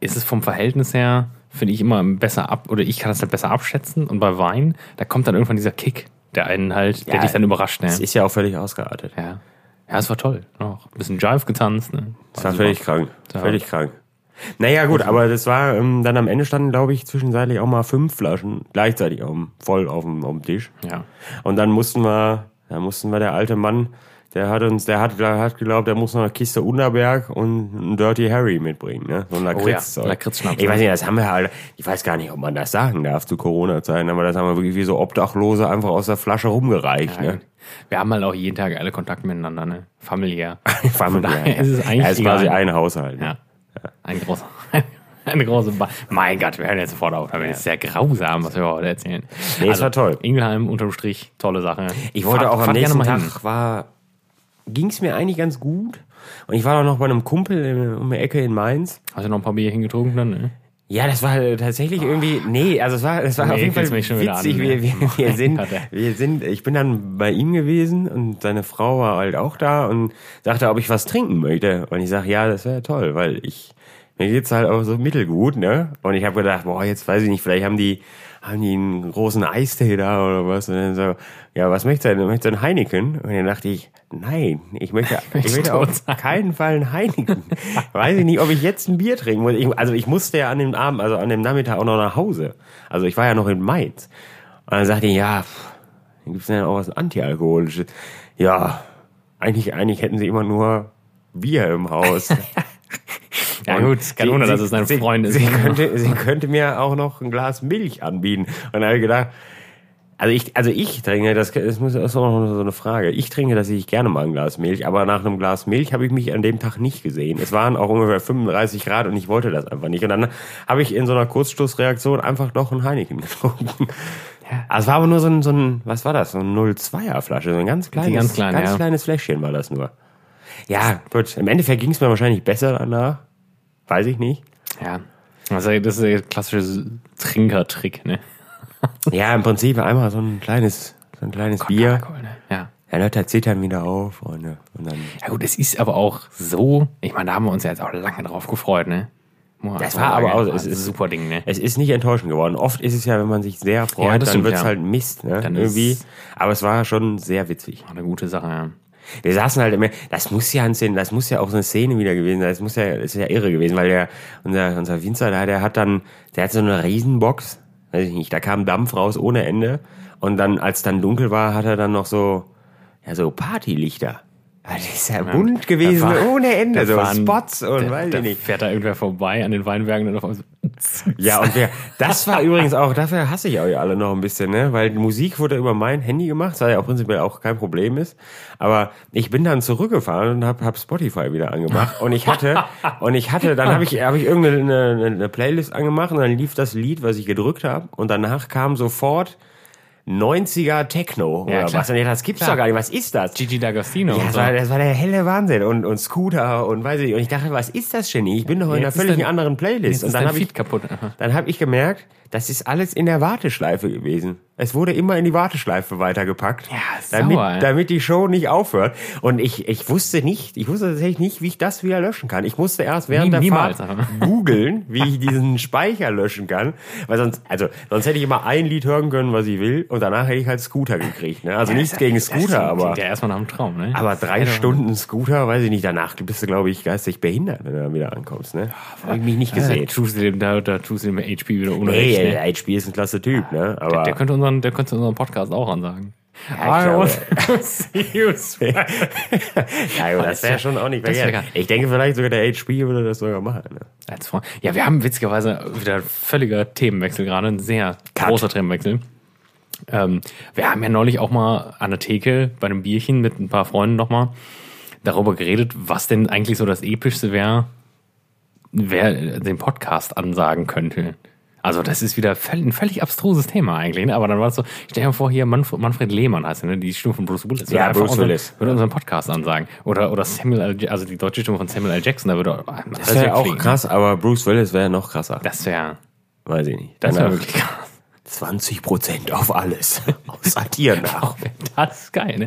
ist es vom Verhältnis her, finde ich immer besser ab, oder ich kann das halt besser abschätzen. Und bei Wein, da kommt dann irgendwann dieser Kick, der einen halt, der
Ja,
dich dann überrascht. Ne?
Es ist ja auch völlig ausgeartet.
Ja. ja, es war toll. Auch ein bisschen Jive getanzt. Ne?
Das
War
Also war
super.
völlig krank. Völlig krank. Naja, gut, aber das war, ähm, dann am Ende standen, glaube ich, zwischenzeitlich auch mal fünf Flaschen gleichzeitig auf, dem- voll auf dem, auf dem Tisch.
Ja.
Und dann mussten wir, da mussten wir der alte Mann, der hat uns, der hat, der hat geglaubt, der muss noch eine Kiste Unterberg und einen Dirty Harry mitbringen, ne? So ein Lakritz.
Oh ja, Lakritzschnaps,
Ich weiß
ne?
nicht, das haben wir halt, ich weiß gar nicht, ob man das sagen darf zu Corona-Zeiten, aber das haben wir wirklich wie so Obdachlose einfach aus der Flasche rumgereicht,
Ja,
ne?
gut. Wir haben halt auch jeden Tag alle Kontakt miteinander, ne? Familiär.
Familiär.
daher ist es eigentlich
ja, ist quasi
egal.
ein Haushalt. ne?
Ja. Ein großer, eine große Ba Mein Gott, wir hören jetzt sofort auf. damit. Das ist sehr grausam, was wir heute erzählen.
Nee, es war toll.
Ingelheim unterm Strich, tolle Sache.
Ich wollte
Fahrt-
auch am
fahrt Also gerne
nächsten
mal hin.
Tag war ging es mir eigentlich ganz gut und ich war auch noch bei einem Kumpel in, um die Ecke in Mainz.
Hast du noch ein paar Bierchen getrunken dann? Ne?
Ja, das war tatsächlich irgendwie nee, also es war es war
Nee,
auf jeden Fall
jetzt mich schon wieder
witzig.
an,
wir,
ne?
wir, wir sind
Gott, ey.
wir sind ich bin dann bei ihm gewesen und seine Frau war halt auch da und sagte, ob ich was trinken möchte und ich sag ja, das wäre toll, weil ich mir geht's halt auch so mittelgut, ne? Und ich habe gedacht, boah, jetzt weiß ich nicht, vielleicht haben die haben die einen großen Eistee da oder was? Und dann so, ja, was möchtest du denn? Möchtest du einen Heineken? Und dann dachte ich, nein, ich möchte, ich
Möchtest
möchte
du
auf
uns
keinen Fall einen Heineken. Weiß ich nicht, ob ich jetzt ein Bier trinken muss. Ich, also ich musste ja an dem Abend, also an dem Nachmittag auch noch nach Hause. Also ich war ja noch in Mainz. Und dann sagte ich, ja, pff, dann gibt's denn auch was Antialkoholisches. Ja, eigentlich, eigentlich hätten sie immer nur Bier im Haus.
Ja
Und
gut, kann
sie-
ohne,
sie-
dass es dein
sie,
Freund ist.
Sie könnte, sie könnte mir auch noch ein Glas Milch anbieten. Und da habe ich gedacht, also ich, also ich trinke, das, das muss- das ist auch noch so eine Frage. Ich trinke tatsächlich gerne mal ein Glas Milch, aber nach einem Glas Milch habe ich mich an dem Tag nicht gesehen. Es waren auch ungefähr 35 Grad und ich wollte das einfach nicht. Und dann habe ich in so einer Kurzstoßreaktion einfach doch ein Heineken getrunken. Also es war aber nur so ein, so ein, was war das? So ein 0,2er Flasche, so ein ganz kleines,
ganz klein,
ganz
ja.
kleines Fläschchen war das nur. Ja, gut. Im Endeffekt ging es mir wahrscheinlich besser danach. Weiß ich nicht.
Ja. Das ist das ist der klassische Trinkertrick, ne?
Ja, im Prinzip einmal so ein kleines, so ein kleines Bier.
Alkohol, ne? Ja.
Ja, Leute, zieht dann wieder auf und, äh, und dann.
Ja gut, es ist aber auch so, ich meine, da haben wir uns ja jetzt auch lange drauf gefreut, ne? Boah,
Das war aber auch-
Also, es
es
ist ein
ist-
super Ding, ne?
Es ist nicht enttäuschend geworden. Oft ist es ja, wenn man sich sehr freut,
Ja, das
dann
stimmt,
wird es
ja.
halt Mist, ne?
Dann ist-
Irgendwie. Aber es war schon sehr witzig.
War eine gute Sache, ja.
Wir saßen halt immer, das muss ja ein Szene, das muss ja auch so eine Szene wieder gewesen sein. Das muss ja, das ist ja irre gewesen, weil der, unser, unser Winzer da, der hat dann, der hat so eine Riesenbox, weiß ich nicht, da kam Dampf raus ohne Ende. Und dann, als dann dunkel war, hat er dann noch so, ja, so Partylichter. Ah, Das ist ja bunt gewesen,
Da fahr-
ohne Ende.
da
So
fahren-
Spots und
da,
weiß
da
ich nicht.
fährt da irgendwer vorbei an den Weinbergen und auf einmal so,
Ja, und wer, das war übrigens auch, dafür hasse ich euch alle noch ein bisschen, ne? Weil Musik wurde über mein Handy gemacht, was ja auch prinzipiell auch kein Problem ist. Aber ich bin dann zurückgefahren und hab, hab Spotify wieder angemacht. Und ich hatte, und ich hatte, dann habe ich, hab ich irgendeine eine, eine Playlist angemacht und dann lief das Lied, was ich gedrückt habe. Und danach kam sofort 90er Techno
Ja,
oder
klar.
was. Und ich dachte, das gibt's
Klar.
doch gar nicht. Was ist das?
Gigi D'Agostino.
Ja,
und
das
so.
war, das war der helle Wahnsinn und, und Scooter und weiß ich nicht. Und ich dachte, was ist das Genie? Ich bin doch in einer
Jetzt ist
völlig
dein-
anderen Playlist.
Jetzt
Und
ist
dann
dein
habe ich,
Feed kaputt. Aha.
dann hab ich gemerkt, das ist alles in der Warteschleife gewesen. Es wurde immer in die Warteschleife weitergepackt,
Ja,
damit,
sauer, ey.
damit die Show nicht aufhört. Und ich, ich wusste nicht, ich wusste tatsächlich nicht, wie ich das wieder löschen kann. Ich musste erst während
Nie-
der
niemals,
Fahrt
aber.
googeln, wie ich diesen Speicher löschen kann. Weil sonst, also, sonst hätte ich immer ein Lied hören können, was ich will, und danach hätte ich halt Scooter gekriegt. Ne? Also nichts gegen
Das
Scooter,
klingt-
aber.
Klingt ja erstmal nach einem Traum, ne?
Aber drei Stunden Scooter, weiß ich nicht, danach bist du, glaube ich, geistig behindert, wenn du dann wieder ankommst, ne? Hab ich mich nicht
Da
gesehen.
tust du dem, da, da tust du dem HP wieder ohne
Hey,
Recht, ne?
ey, HP ist ein klasse Typ, ne? Aber
Der könnte unseren, der könnte unseren Podcast auch ansagen.
Ja, ich glaube-
to see you smile.
ja, aber das wäre schon auch nicht
Das wär
verkehrt.
geil.
Ich denke, vielleicht sogar der HP würde das sogar machen, ne?
Als Frau- Ja, wir haben witzigerweise wieder völliger Themenwechsel gerade, ein sehr
Cut.
großer Themenwechsel. Ähm, wir haben ja neulich auch mal an der Theke bei einem Bierchen mit ein paar Freunden nochmal darüber geredet, was denn eigentlich so das Epischste wäre, wer den Podcast ansagen könnte. Also das ist wieder völ- ein völlig abstruses Thema eigentlich. Ne? Aber dann war es so, stell dir mal vor, hier Manfred, Manfred Lehmann heißt er, ne? die Stimme von Bruce Willis. Würde
Ja,
einfach
Bruce
unseren,
Willis.
Würde unseren Podcast ansagen. Oder, oder Samuel L. J- also die deutsche Stimme von Samuel L. Jackson. Da würde
Das wäre auch krass, aber Bruce Willis wäre noch krasser.
Das wäre
Weiß ich nicht.
das
Dann
wär
haben
wirklich krass.
20% auf alles. Außer Tieren nach.
Das ist geil, ne?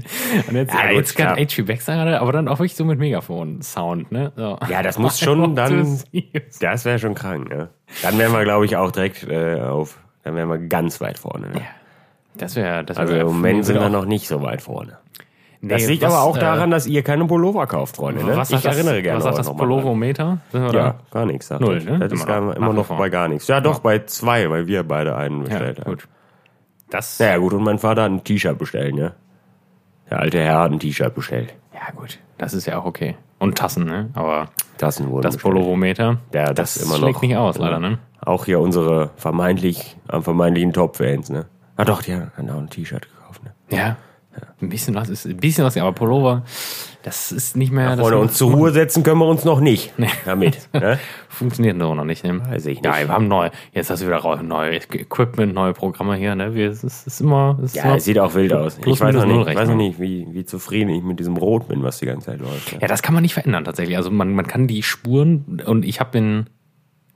Und jetzt,
Ja,
ja,
gut,
jetzt kann
klar.
HP Baxter gerade, aber dann auch wirklich so mit Megafon-Sound, ne? So.
Ja, das muss schon dann.
Ja,
Das wäre schon krank, ne? Dann wären wir, glaube ich, auch direkt äh, auf. Dann wären wir ganz weit vorne. Ne?
das wäre. Das wär
Also im Moment sind
auch-
wir noch nicht so weit vorne. Das
Nee,
liegt
was,
aber auch
äh,
daran, dass ihr keine Pullover kauft, Freunde. Ne?
Was
ich
sagt das-
erinnere gerne
Was sagt
euch
das
nochmal
Pullovometer? Sind wir
dran.
da?
Ja, gar nichts. sagt
Null,
das.
ne?
Das ist
Immer
gar,
noch.
immer
Nach wie
noch
vor.
bei gar nichts. Ja, doch, bei zwei, weil wir beide einen bestellt
Ja,
haben.
gut. Das.
Naja, gut, und mein Vater hat ein T-Shirt bestellt, ne? Der alte Herr hat ein T-Shirt bestellt.
Ja, gut. Das ist ja auch okay. Und Tassen, ne? Aber
Das wurden
das
bestellt.
Pullovometer,
Ja, das, immer noch.
schlägt nicht aus, leider, ne?
Auch hier unsere vermeintlich, am vermeintlichen Top-Fans, ne? Ah doch, die haben haben auch ein T-Shirt gekauft, ne?
Ja. Ein bisschen was ist, ein bisschen was, aber Pullover, das ist nicht mehr. das
Freunde,
macht-
uns zur Ruhe setzen können wir uns noch nicht damit. Ne?
Funktioniert so noch nicht, ne?
Weiß ich nicht.
Ja, wir haben neu. Jetzt hast du wieder raus, neue Equipment, neue Programme hier, ne? Wir, es ist, es ist immer. Es ist
Ja,
immer
es sieht auch wild aus. Ich
plus
weiß noch
minus
nicht,
null
weiß noch
rechnen.
nicht wie, wie zufrieden ich mit diesem Rot bin, was die ganze Zeit läuft. ne?
ja, das kann man nicht verändern tatsächlich. Also man, man kann die Spuren und ich habe den,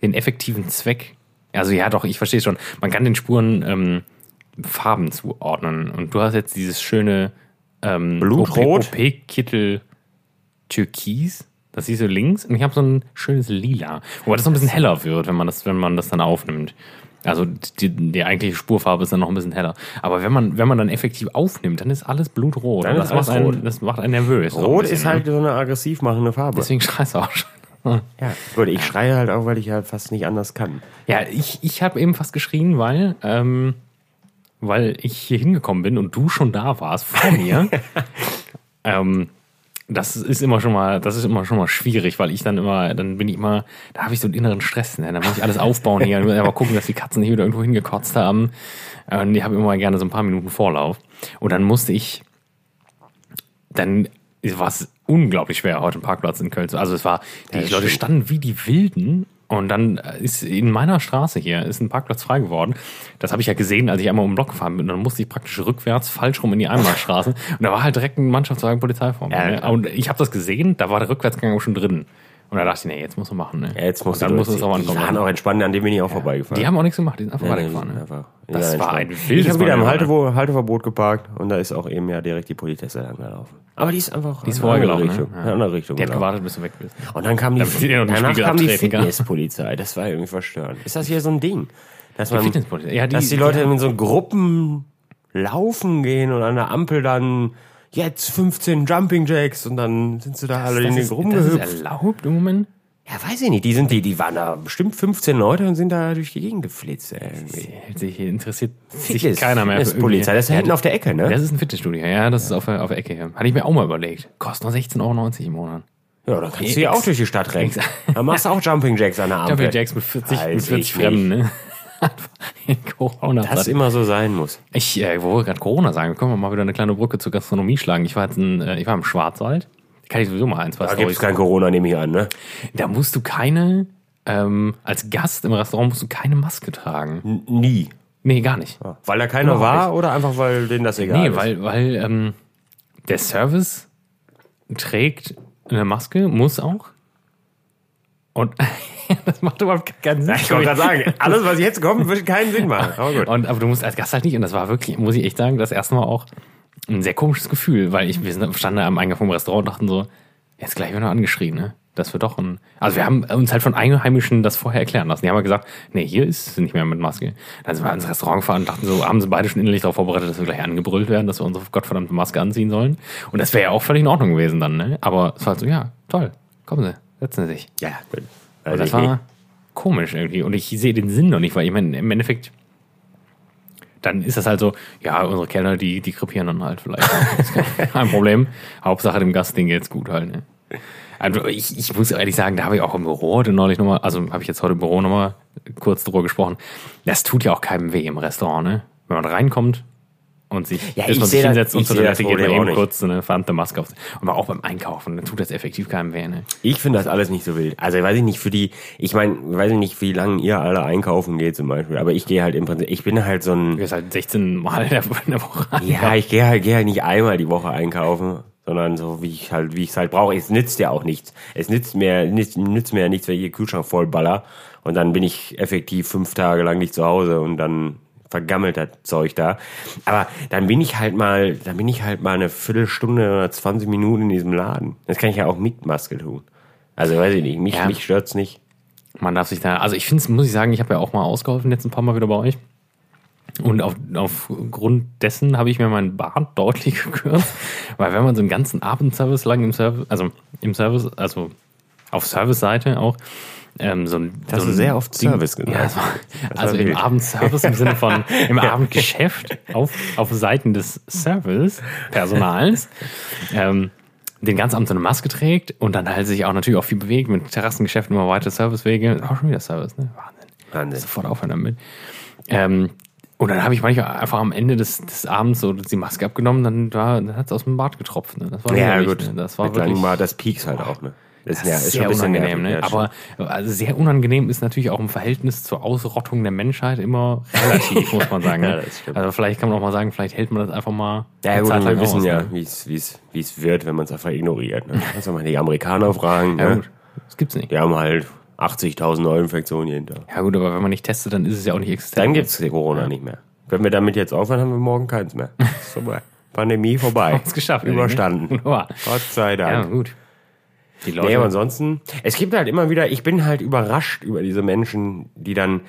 den effektiven Zweck. Also ja, doch, ich verstehe schon. Man kann den Spuren ähm, Farben zuordnen. Und du hast jetzt dieses schöne ähm,
Blutrot?
OP-Kittel Türkis. Das siehst du links und ich habe so ein schönes Lila. Wobei das noch ein bisschen heller wird, wenn man das, wenn man das dann aufnimmt. Also die, die eigentliche Spurfarbe ist dann noch ein bisschen heller. Aber wenn man, wenn man dann effektiv aufnimmt, dann ist alles blutrot.
Dann
Und
ist
das, macht
alles rot.
einen, das macht einen nervös. auch ein
Rot
bisschen,
ist
ne?
halt so eine aggressiv machende Farbe.
Deswegen scheiße auch schon.
ja. Gut, ich schreie halt auch, weil ich halt fast nicht anders kann.
Ja, ich, ich habe eben fast geschrien, weil, ähm, weil ich hier hingekommen bin und du schon da warst vor mir. ähm, das ist immer schon mal, das ist immer schon mal schwierig, weil ich dann immer, dann bin ich immer, da habe ich so einen inneren Stress, ne? Dann muss ich alles aufbauen hier, dann muss ich aber gucken, dass die Katzen nicht wieder irgendwo hingekotzt haben. Und ich habe immer gerne so ein paar Minuten Vorlauf. Und dann musste ich, dann war es unglaublich schwer, heute einen Parkplatz in Köln zu. Also es war, die
das
Leute
stimmt.
standen wie die Wilden. Und dann ist in meiner Straße hier ist ein Parkplatz frei geworden. Das habe ich ja gesehen, als ich einmal um den Block gefahren bin. Und dann musste ich praktisch rückwärts falsch rum in die Einbahnstraße. Und da war halt direkt ein Mannschaftswagen Polizei vor mir.
Ja,
ne?
klar.
Und ich habe das gesehen, da war der Rückwärtsgang auch schon drin. Und da dachte ich, nee, jetzt muss man machen. Ne?
Ja, jetzt
Und
muss
dann muss es auch
Die waren
ankommen.
auch entspannt, an dem bin ich auch vorbeigefahren.
Die haben auch nichts gemacht, die sind einfach
Ja, die
weitergefahren.
sind
Ne?
einfach
Das
ja,
war
entspannt.
ein wildes
Ich habe wieder im
Manöver, ne?
Haltevo- Halteverbot geparkt und da ist auch eben ja direkt die Politesse lang gelaufen. Aber die ist einfach die
Ist vorbeigelaufen. Ne?
Richtung, in eine andere Richtung.
Der hat
gelaufen.
gewartet, bis du weg bist.
genau. Und dann kam die,
Damit die dir noch den
danach
Spiegel
kam die
abtreten kann.
Fitnesspolizei. Das war irgendwie verstörend. Ist das hier so ein Ding? Dass man,
Fitnesspolizei. Ja, die-
dass die Leute in so Gruppen laufen gehen und an der Ampel dann jetzt 15 Jumping Jacks und dann sind sie da alle in den Gruppen
das ist
gehüpft.
erlaubt im Moment?
Ja, weiß ich nicht. Die sind die, die waren da bestimmt 15 Leute und sind da durch die Gegend geflitzt. ey, Irgendwie.
Hält sich- Interessiert sich
Fitness-
keiner mehr. für
Fitnesspolizei. Das ist
irgendwie.
hinten auf der Ecke, ne?
Das ist ein Fitnessstudio, ja, das ist auf der, auf der Ecke hier. Hatte ich mir auch mal überlegt. Kostet nur 16,90 Euro im Monat.
Ja, dann kannst du ja
Ex-
auch durch die Stadt rennen.
Ex-
Dann machst du auch Jumping Jacks an der Ampel.
Jumping Jacks mit 40, mit
Weiß
40
ich
Fremden, ne? In Corona.
Das immer so sein muss.
Ich, äh, wo wir gerade Corona sagen, können wir mal wieder eine kleine Brücke zur Gastronomie schlagen. Ich war, jetzt in, äh, ich war im Schwarzwald. Da kann ich sowieso mal ein, zwei
Da gibt's
Storys.
kein Corona, nehme ich an, ne?
Da musst du keine, ähm, als Gast im Restaurant musst du keine Maske tragen.
N nie.
Nee, gar nicht.
Weil da keiner
Überhaupt
war oder einfach, weil denen das egal
Nee,
ist?
weil, weil ähm, der Service trägt eine Maske, muss auch. Und das macht überhaupt keinen Sinn.
Ich wollte gerade sagen, alles, was jetzt kommt, wird keinen Sinn machen. Aber gut.
Und, aber du musst als Gast halt nicht. Und das war wirklich, muss ich echt sagen, das erste Mal auch ein sehr komisches Gefühl, weil ich, wir sind- standen da am Eingang vom Restaurant und dachten so, jetzt gleich werden wir angeschrien, ne? Das wird doch ein. Also wir haben uns halt von Einheimischen das vorher erklären lassen. Die haben halt gesagt, nee, hier ist es nicht mehr mit Maske. Dann sind wir ins Restaurant gefahren und dachten so, haben sie beide schon innerlich darauf vorbereitet, dass wir gleich angebrüllt werden, dass wir unsere gottverdammte Maske anziehen sollen. Und das wäre ja auch völlig in Ordnung gewesen dann, ne? Aber es war halt so, ja, toll, kommen Sie, setzen Sie sich.
Ja, gut.
Aber
Also
das war komisch irgendwie. Und ich sehe den Sinn noch nicht, weil ich meine, im Endeffekt, dann ist das halt so, ja, unsere Kellner, die, die krepieren dann halt vielleicht. Das ist Kein Problem. Hauptsache dem Gast, den geht's gut halt. Ne? Also ich, ich muss ehrlich sagen, da habe ich auch im Büro heute neulich nochmal, also habe ich jetzt heute im Büro nochmal kurz drüber gesprochen. Das tut ja auch keinem weh im Restaurant, ne? Wenn man reinkommt und sich
Ja,
erst
ich
mal
sehe das-
hinsetzt und
ich
so,
sehe
dann
das
geht man
Problem auch
eben
nicht.
kurz so eine verdammte Maske auf. Und auch beim Einkaufen, dann tut das effektiv keinem weh, ne?
Ich finde das alles nicht so wild. Also weiß ich nicht, für die, ich meine, weiß ich nicht, wie lange ihr alle einkaufen geht zum Beispiel, aber ich gehe halt im Prinzip, ich bin halt so ein,
Du gehst halt 16 Mal in der, in der Woche an.
ja, ich gehe halt, gehe halt nicht einmal die Woche einkaufen, sondern so, wie ich halt, wie ich es halt brauche. Es nützt ja auch nichts. Es nützt mir, nützt, nützt mir ja nichts, wenn ich den Kühlschrank vollballer und dann bin ich effektiv fünf Tage lang nicht zu Hause und dann vergammelt das Zeug da. Aber dann bin ich halt mal, dann bin ich halt mal eine Viertelstunde oder 20 Minuten in diesem Laden. Das kann ich ja auch mit Maske tun. Also weiß ich nicht, mich,
Ja.
mich stört's nicht.
Man darf sich da, also ich finde es, muss ich sagen, ich habe ja auch mal ausgeholfen jetzt ein paar Mal wieder bei euch. Und auf, aufgrund dessen habe ich mir meinen Bart deutlich gekürzt, weil wenn man so einen ganzen Abendservice lang im Service, also im Service, also auf Service-Seite auch, ähm, so ein.
hast
so
du
ein
sehr oft
Ding-
Service gesagt.
Ja, es war, also im
wild.
Abendservice im Sinne von im Abendgeschäft auf, auf Seiten des Service-Personals. ähm, den ganzen Abend so eine Maske trägt und dann halt sich auch natürlich auch viel bewegt mit Terrassengeschäften immer weiter Servicewege. Auch schon wieder Service, ne? Wahnsinn.
Wahnsinn.
Sofort aufhören damit. Ähm, und dann habe ich manchmal einfach am Ende des, des Abends so die Maske abgenommen, dann, war- dann hat es aus dem Bart getropft. Ne? Das war
Ja,
widerlich,
gut.
Ne? Das war
Mit
wirklich
langem Bart, das pieks halt auch, ne? Das,
das ist sehr unangenehm. Ne? Aber also sehr unangenehm ist natürlich auch im Verhältnis zur Ausrottung der Menschheit immer relativ, muss man sagen.
Ja,
ne?
das stimmt.
Also vielleicht kann man auch mal sagen, vielleicht hält man das einfach mal
ja, gut, wir wissen
aus,
ja,
ne?
wie es wie's, wie's wird, wenn man es einfach ignoriert. Ne? Kannst du mal die Amerikaner fragen.
Ja,
ne?
gut. Das gibt's nicht.
Die haben halt 80.000 Neuinfektionen jeden Tag.
Ja gut, aber wenn man nicht testet, dann ist es ja auch nicht existent.
Dann gibt's Corona nicht mehr. Können wir damit jetzt aufhören, haben wir morgen keins mehr. Ist vorbei. Pandemie vorbei.
Haben's geschafft.
Überstanden.
Ne? Wunderbar.
Gott sei Dank.
Ja, gut. Die Leute.
Nee, aber ansonsten, es gibt halt immer wieder, ich bin halt überrascht über diese Menschen, die dann,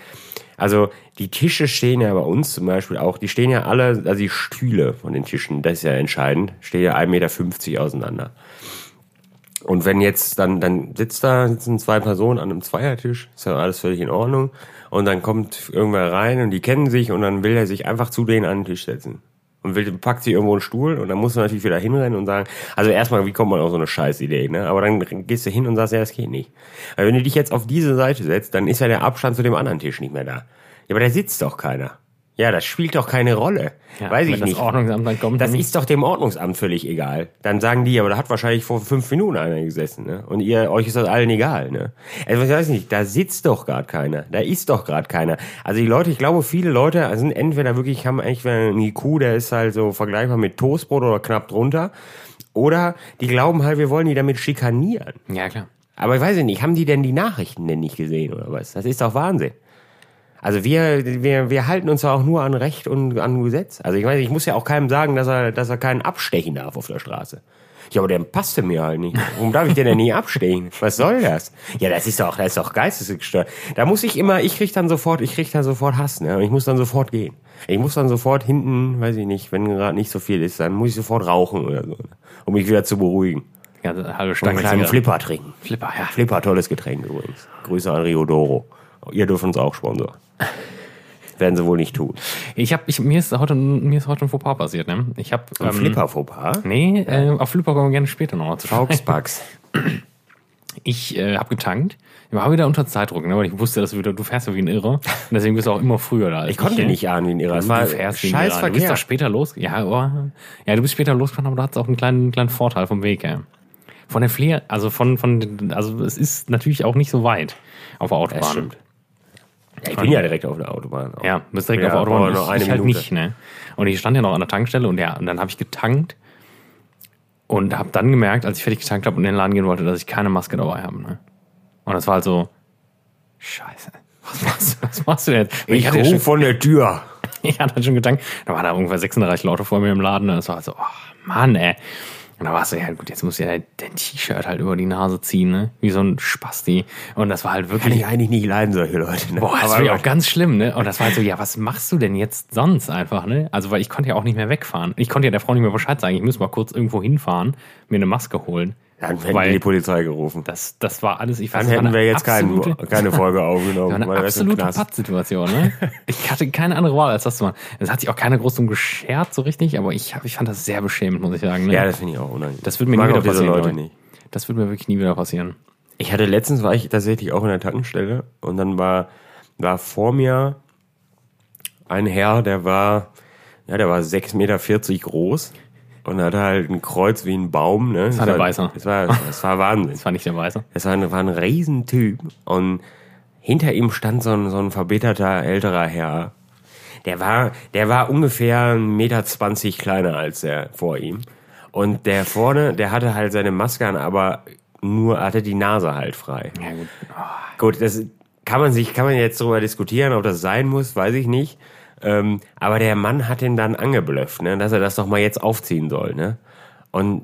also die Tische stehen ja bei uns zum Beispiel auch, die stehen ja alle, also die Stühle von den Tischen, das ist ja entscheidend, stehen ja 1,50 Meter auseinander. Und wenn jetzt dann, dann sitzt da, sitzen zwei Personen an einem Zweiertisch, ist ja alles völlig in Ordnung. Und dann kommt irgendwer rein und die kennen sich und dann will er sich einfach zu denen an den Tisch setzen. Und will, packt sich irgendwo einen Stuhl und dann muss man natürlich wieder hinrennen und sagen, also erstmal, wie kommt man auf so eine Scheißidee, ne? Aber dann gehst du hin und sagst, ja, das geht nicht. Weil wenn du dich jetzt auf diese Seite setzt, dann ist ja der Abstand zu dem anderen Tisch nicht mehr da. Ja, aber da sitzt doch keiner. Ja, das spielt doch keine Rolle.
ja,
Weiß
wenn
ich
das
nicht.
Ordnungsamt dann kommt, hm.
Das
dann
ist doch dem Ordnungsamt völlig egal. Dann sagen die, aber da hat wahrscheinlich vor fünf Minuten einer gesessen, ne? Und ihr, euch ist das allen egal, ne? Also ich weiß nicht, da sitzt doch gerade keiner. Da ist doch gerade keiner. Also die Leute, ich glaube, viele Leute sind entweder wirklich, haben eigentlich einen IQ, der ist halt so vergleichbar mit Toastbrot oder knapp drunter. Oder die glauben halt, wir wollen die damit schikanieren.
ja klar.
Aber ich weiß nicht, haben die denn die Nachrichten denn nicht gesehen oder was? Das ist doch Wahnsinn. Also wir, wir, wir halten uns ja auch nur an Recht und an Gesetz. Also ich meine, ich muss ja auch keinem sagen, dass er, dass er keinen abstechen darf auf der Straße. Ja, aber der passte mir halt nicht. Warum darf ich den denn nie abstechen? Was soll das? Ja, das ist doch, das ist doch geistesgestört. Da muss ich immer, ich krieg dann sofort, ich krieg dann sofort Hass, ne? Und ich muss dann sofort gehen. Ich muss dann sofort hinten, weiß ich nicht, wenn gerade nicht so viel ist, dann muss ich sofort rauchen oder so, ne? um mich wieder zu beruhigen.
Ja, eine halbe
Einen
Stange.
kleinen
Zigaretten.
Flipper trinken.
Flipper, ja.
Flipper, tolles Getränk übrigens. Grüße an Riodoro. Ihr dürft uns auch sponsor. Werden sie wohl nicht tun.
Ich hab, ich, mir ist heute, mir ist heute ein Fauxpas passiert, ne? Ich hab, ähm,
Flipper Fauxpas?
Nee, äh, auf Flipper kommen wir gerne später nochmal zu sprechen.
Augsbugs.
Ich äh, hab getankt. Ich war wieder unter Zeitdruck, ne? Weil ich wusste, dass du wieder, du fährst ja wie ein Irrer. Und deswegen bist du auch immer früher da. als
Ich konnte
ne?
nicht ahnen, wie ein Irrer. Es
Du
war
fährst wie ein Irrer. Du bist doch später los. Ja, aber, ja, du bist später losgefahren, aber du hattest auch einen kleinen, kleinen Vorteil vom Weg, ey. Von der Fleer, also von, von, also es ist natürlich auch nicht so weit auf der Autobahn.
stimmt. Ja, ich bin ja direkt auf der Autobahn.
Ja, bist direkt
Ja,
auf der
aber
Autobahn.
nur
ich,
eine
ich halt
Minute.
nicht, ne? Und ich stand ja noch an der Tankstelle und ja, und dann habe ich getankt und habe dann gemerkt, als ich fertig getankt habe und in den Laden gehen wollte, dass ich keine Maske dabei habe, ne? Und das war halt so Scheiße. Was machst du, was machst du denn jetzt? Und
Ich
hatte ja
rufe
schon,
von der Tür.
ich hatte schon getankt, da waren da ungefähr 36 Leute vor mir im Laden und das war halt so, oh Mann, ey. Und da warst du ja gut, jetzt musst du ja dein T-Shirt halt über die Nase ziehen, ne? Wie so ein Spasti. Und das war halt
Kann
wirklich
ich eigentlich nicht leiden, solche Leute. Ne?
Boah, das
Aber
war ja
Leute,
auch ganz schlimm, ne? Und das war halt so, ja, was machst du denn jetzt sonst einfach, ne? Also, weil ich konnte ja auch nicht mehr wegfahren. Ich konnte ja der Frau nicht mehr Bescheid sagen, ich muss mal kurz irgendwo hinfahren, mir eine Maske holen.
Dann hätten wir die
weil
Polizei gerufen.
das, das war alles, ich weiß
Dann
das war
hätten
eine
wir jetzt keinen,
absolute-
keine Folge aufgenommen.
das war
weil
eine
wir sind im
absolute
Knast.
Pattsituation, ne? Ich hatte keine andere Wahl, als das zu machen. Es hat sich auch keiner groß drum geschert, so richtig, aber ich, hab- ich fand das sehr beschämend, muss ich sagen. Ne?
Ja, das finde ich auch unangenehm.
das wird mir
Mag
nie
auch
wieder
diese
passieren.
Leute
glaub ich.
nicht.
Das wird mir wirklich nie wieder passieren.
Ich hatte letztens war ich tatsächlich auch in der Tankstelle und dann war, war vor mir ein Herr, der war, ja, der war 6,40 Meter groß und hatte halt ein Kreuz wie ein Baum, ne? Das
war der Weiße.
Das war, das war Wahnsinn.
Das war nicht der Weiße.
Das war ein, war ein Riesentyp und hinter ihm stand so ein, so ein verbeterter älterer Herr. Der war, der war ungefähr 1,20 Meter kleiner als der vor ihm. Und der vorne, der hatte halt seine Maske an, aber nur hatte die Nase halt frei.
Ja, gut.
Gut, das kann man sich, kann man jetzt darüber diskutieren, ob das sein muss, weiß ich nicht. Ähm, aber der Mann hat ihn dann angeblöfft, ne, dass er das doch mal jetzt aufziehen soll, ne? Und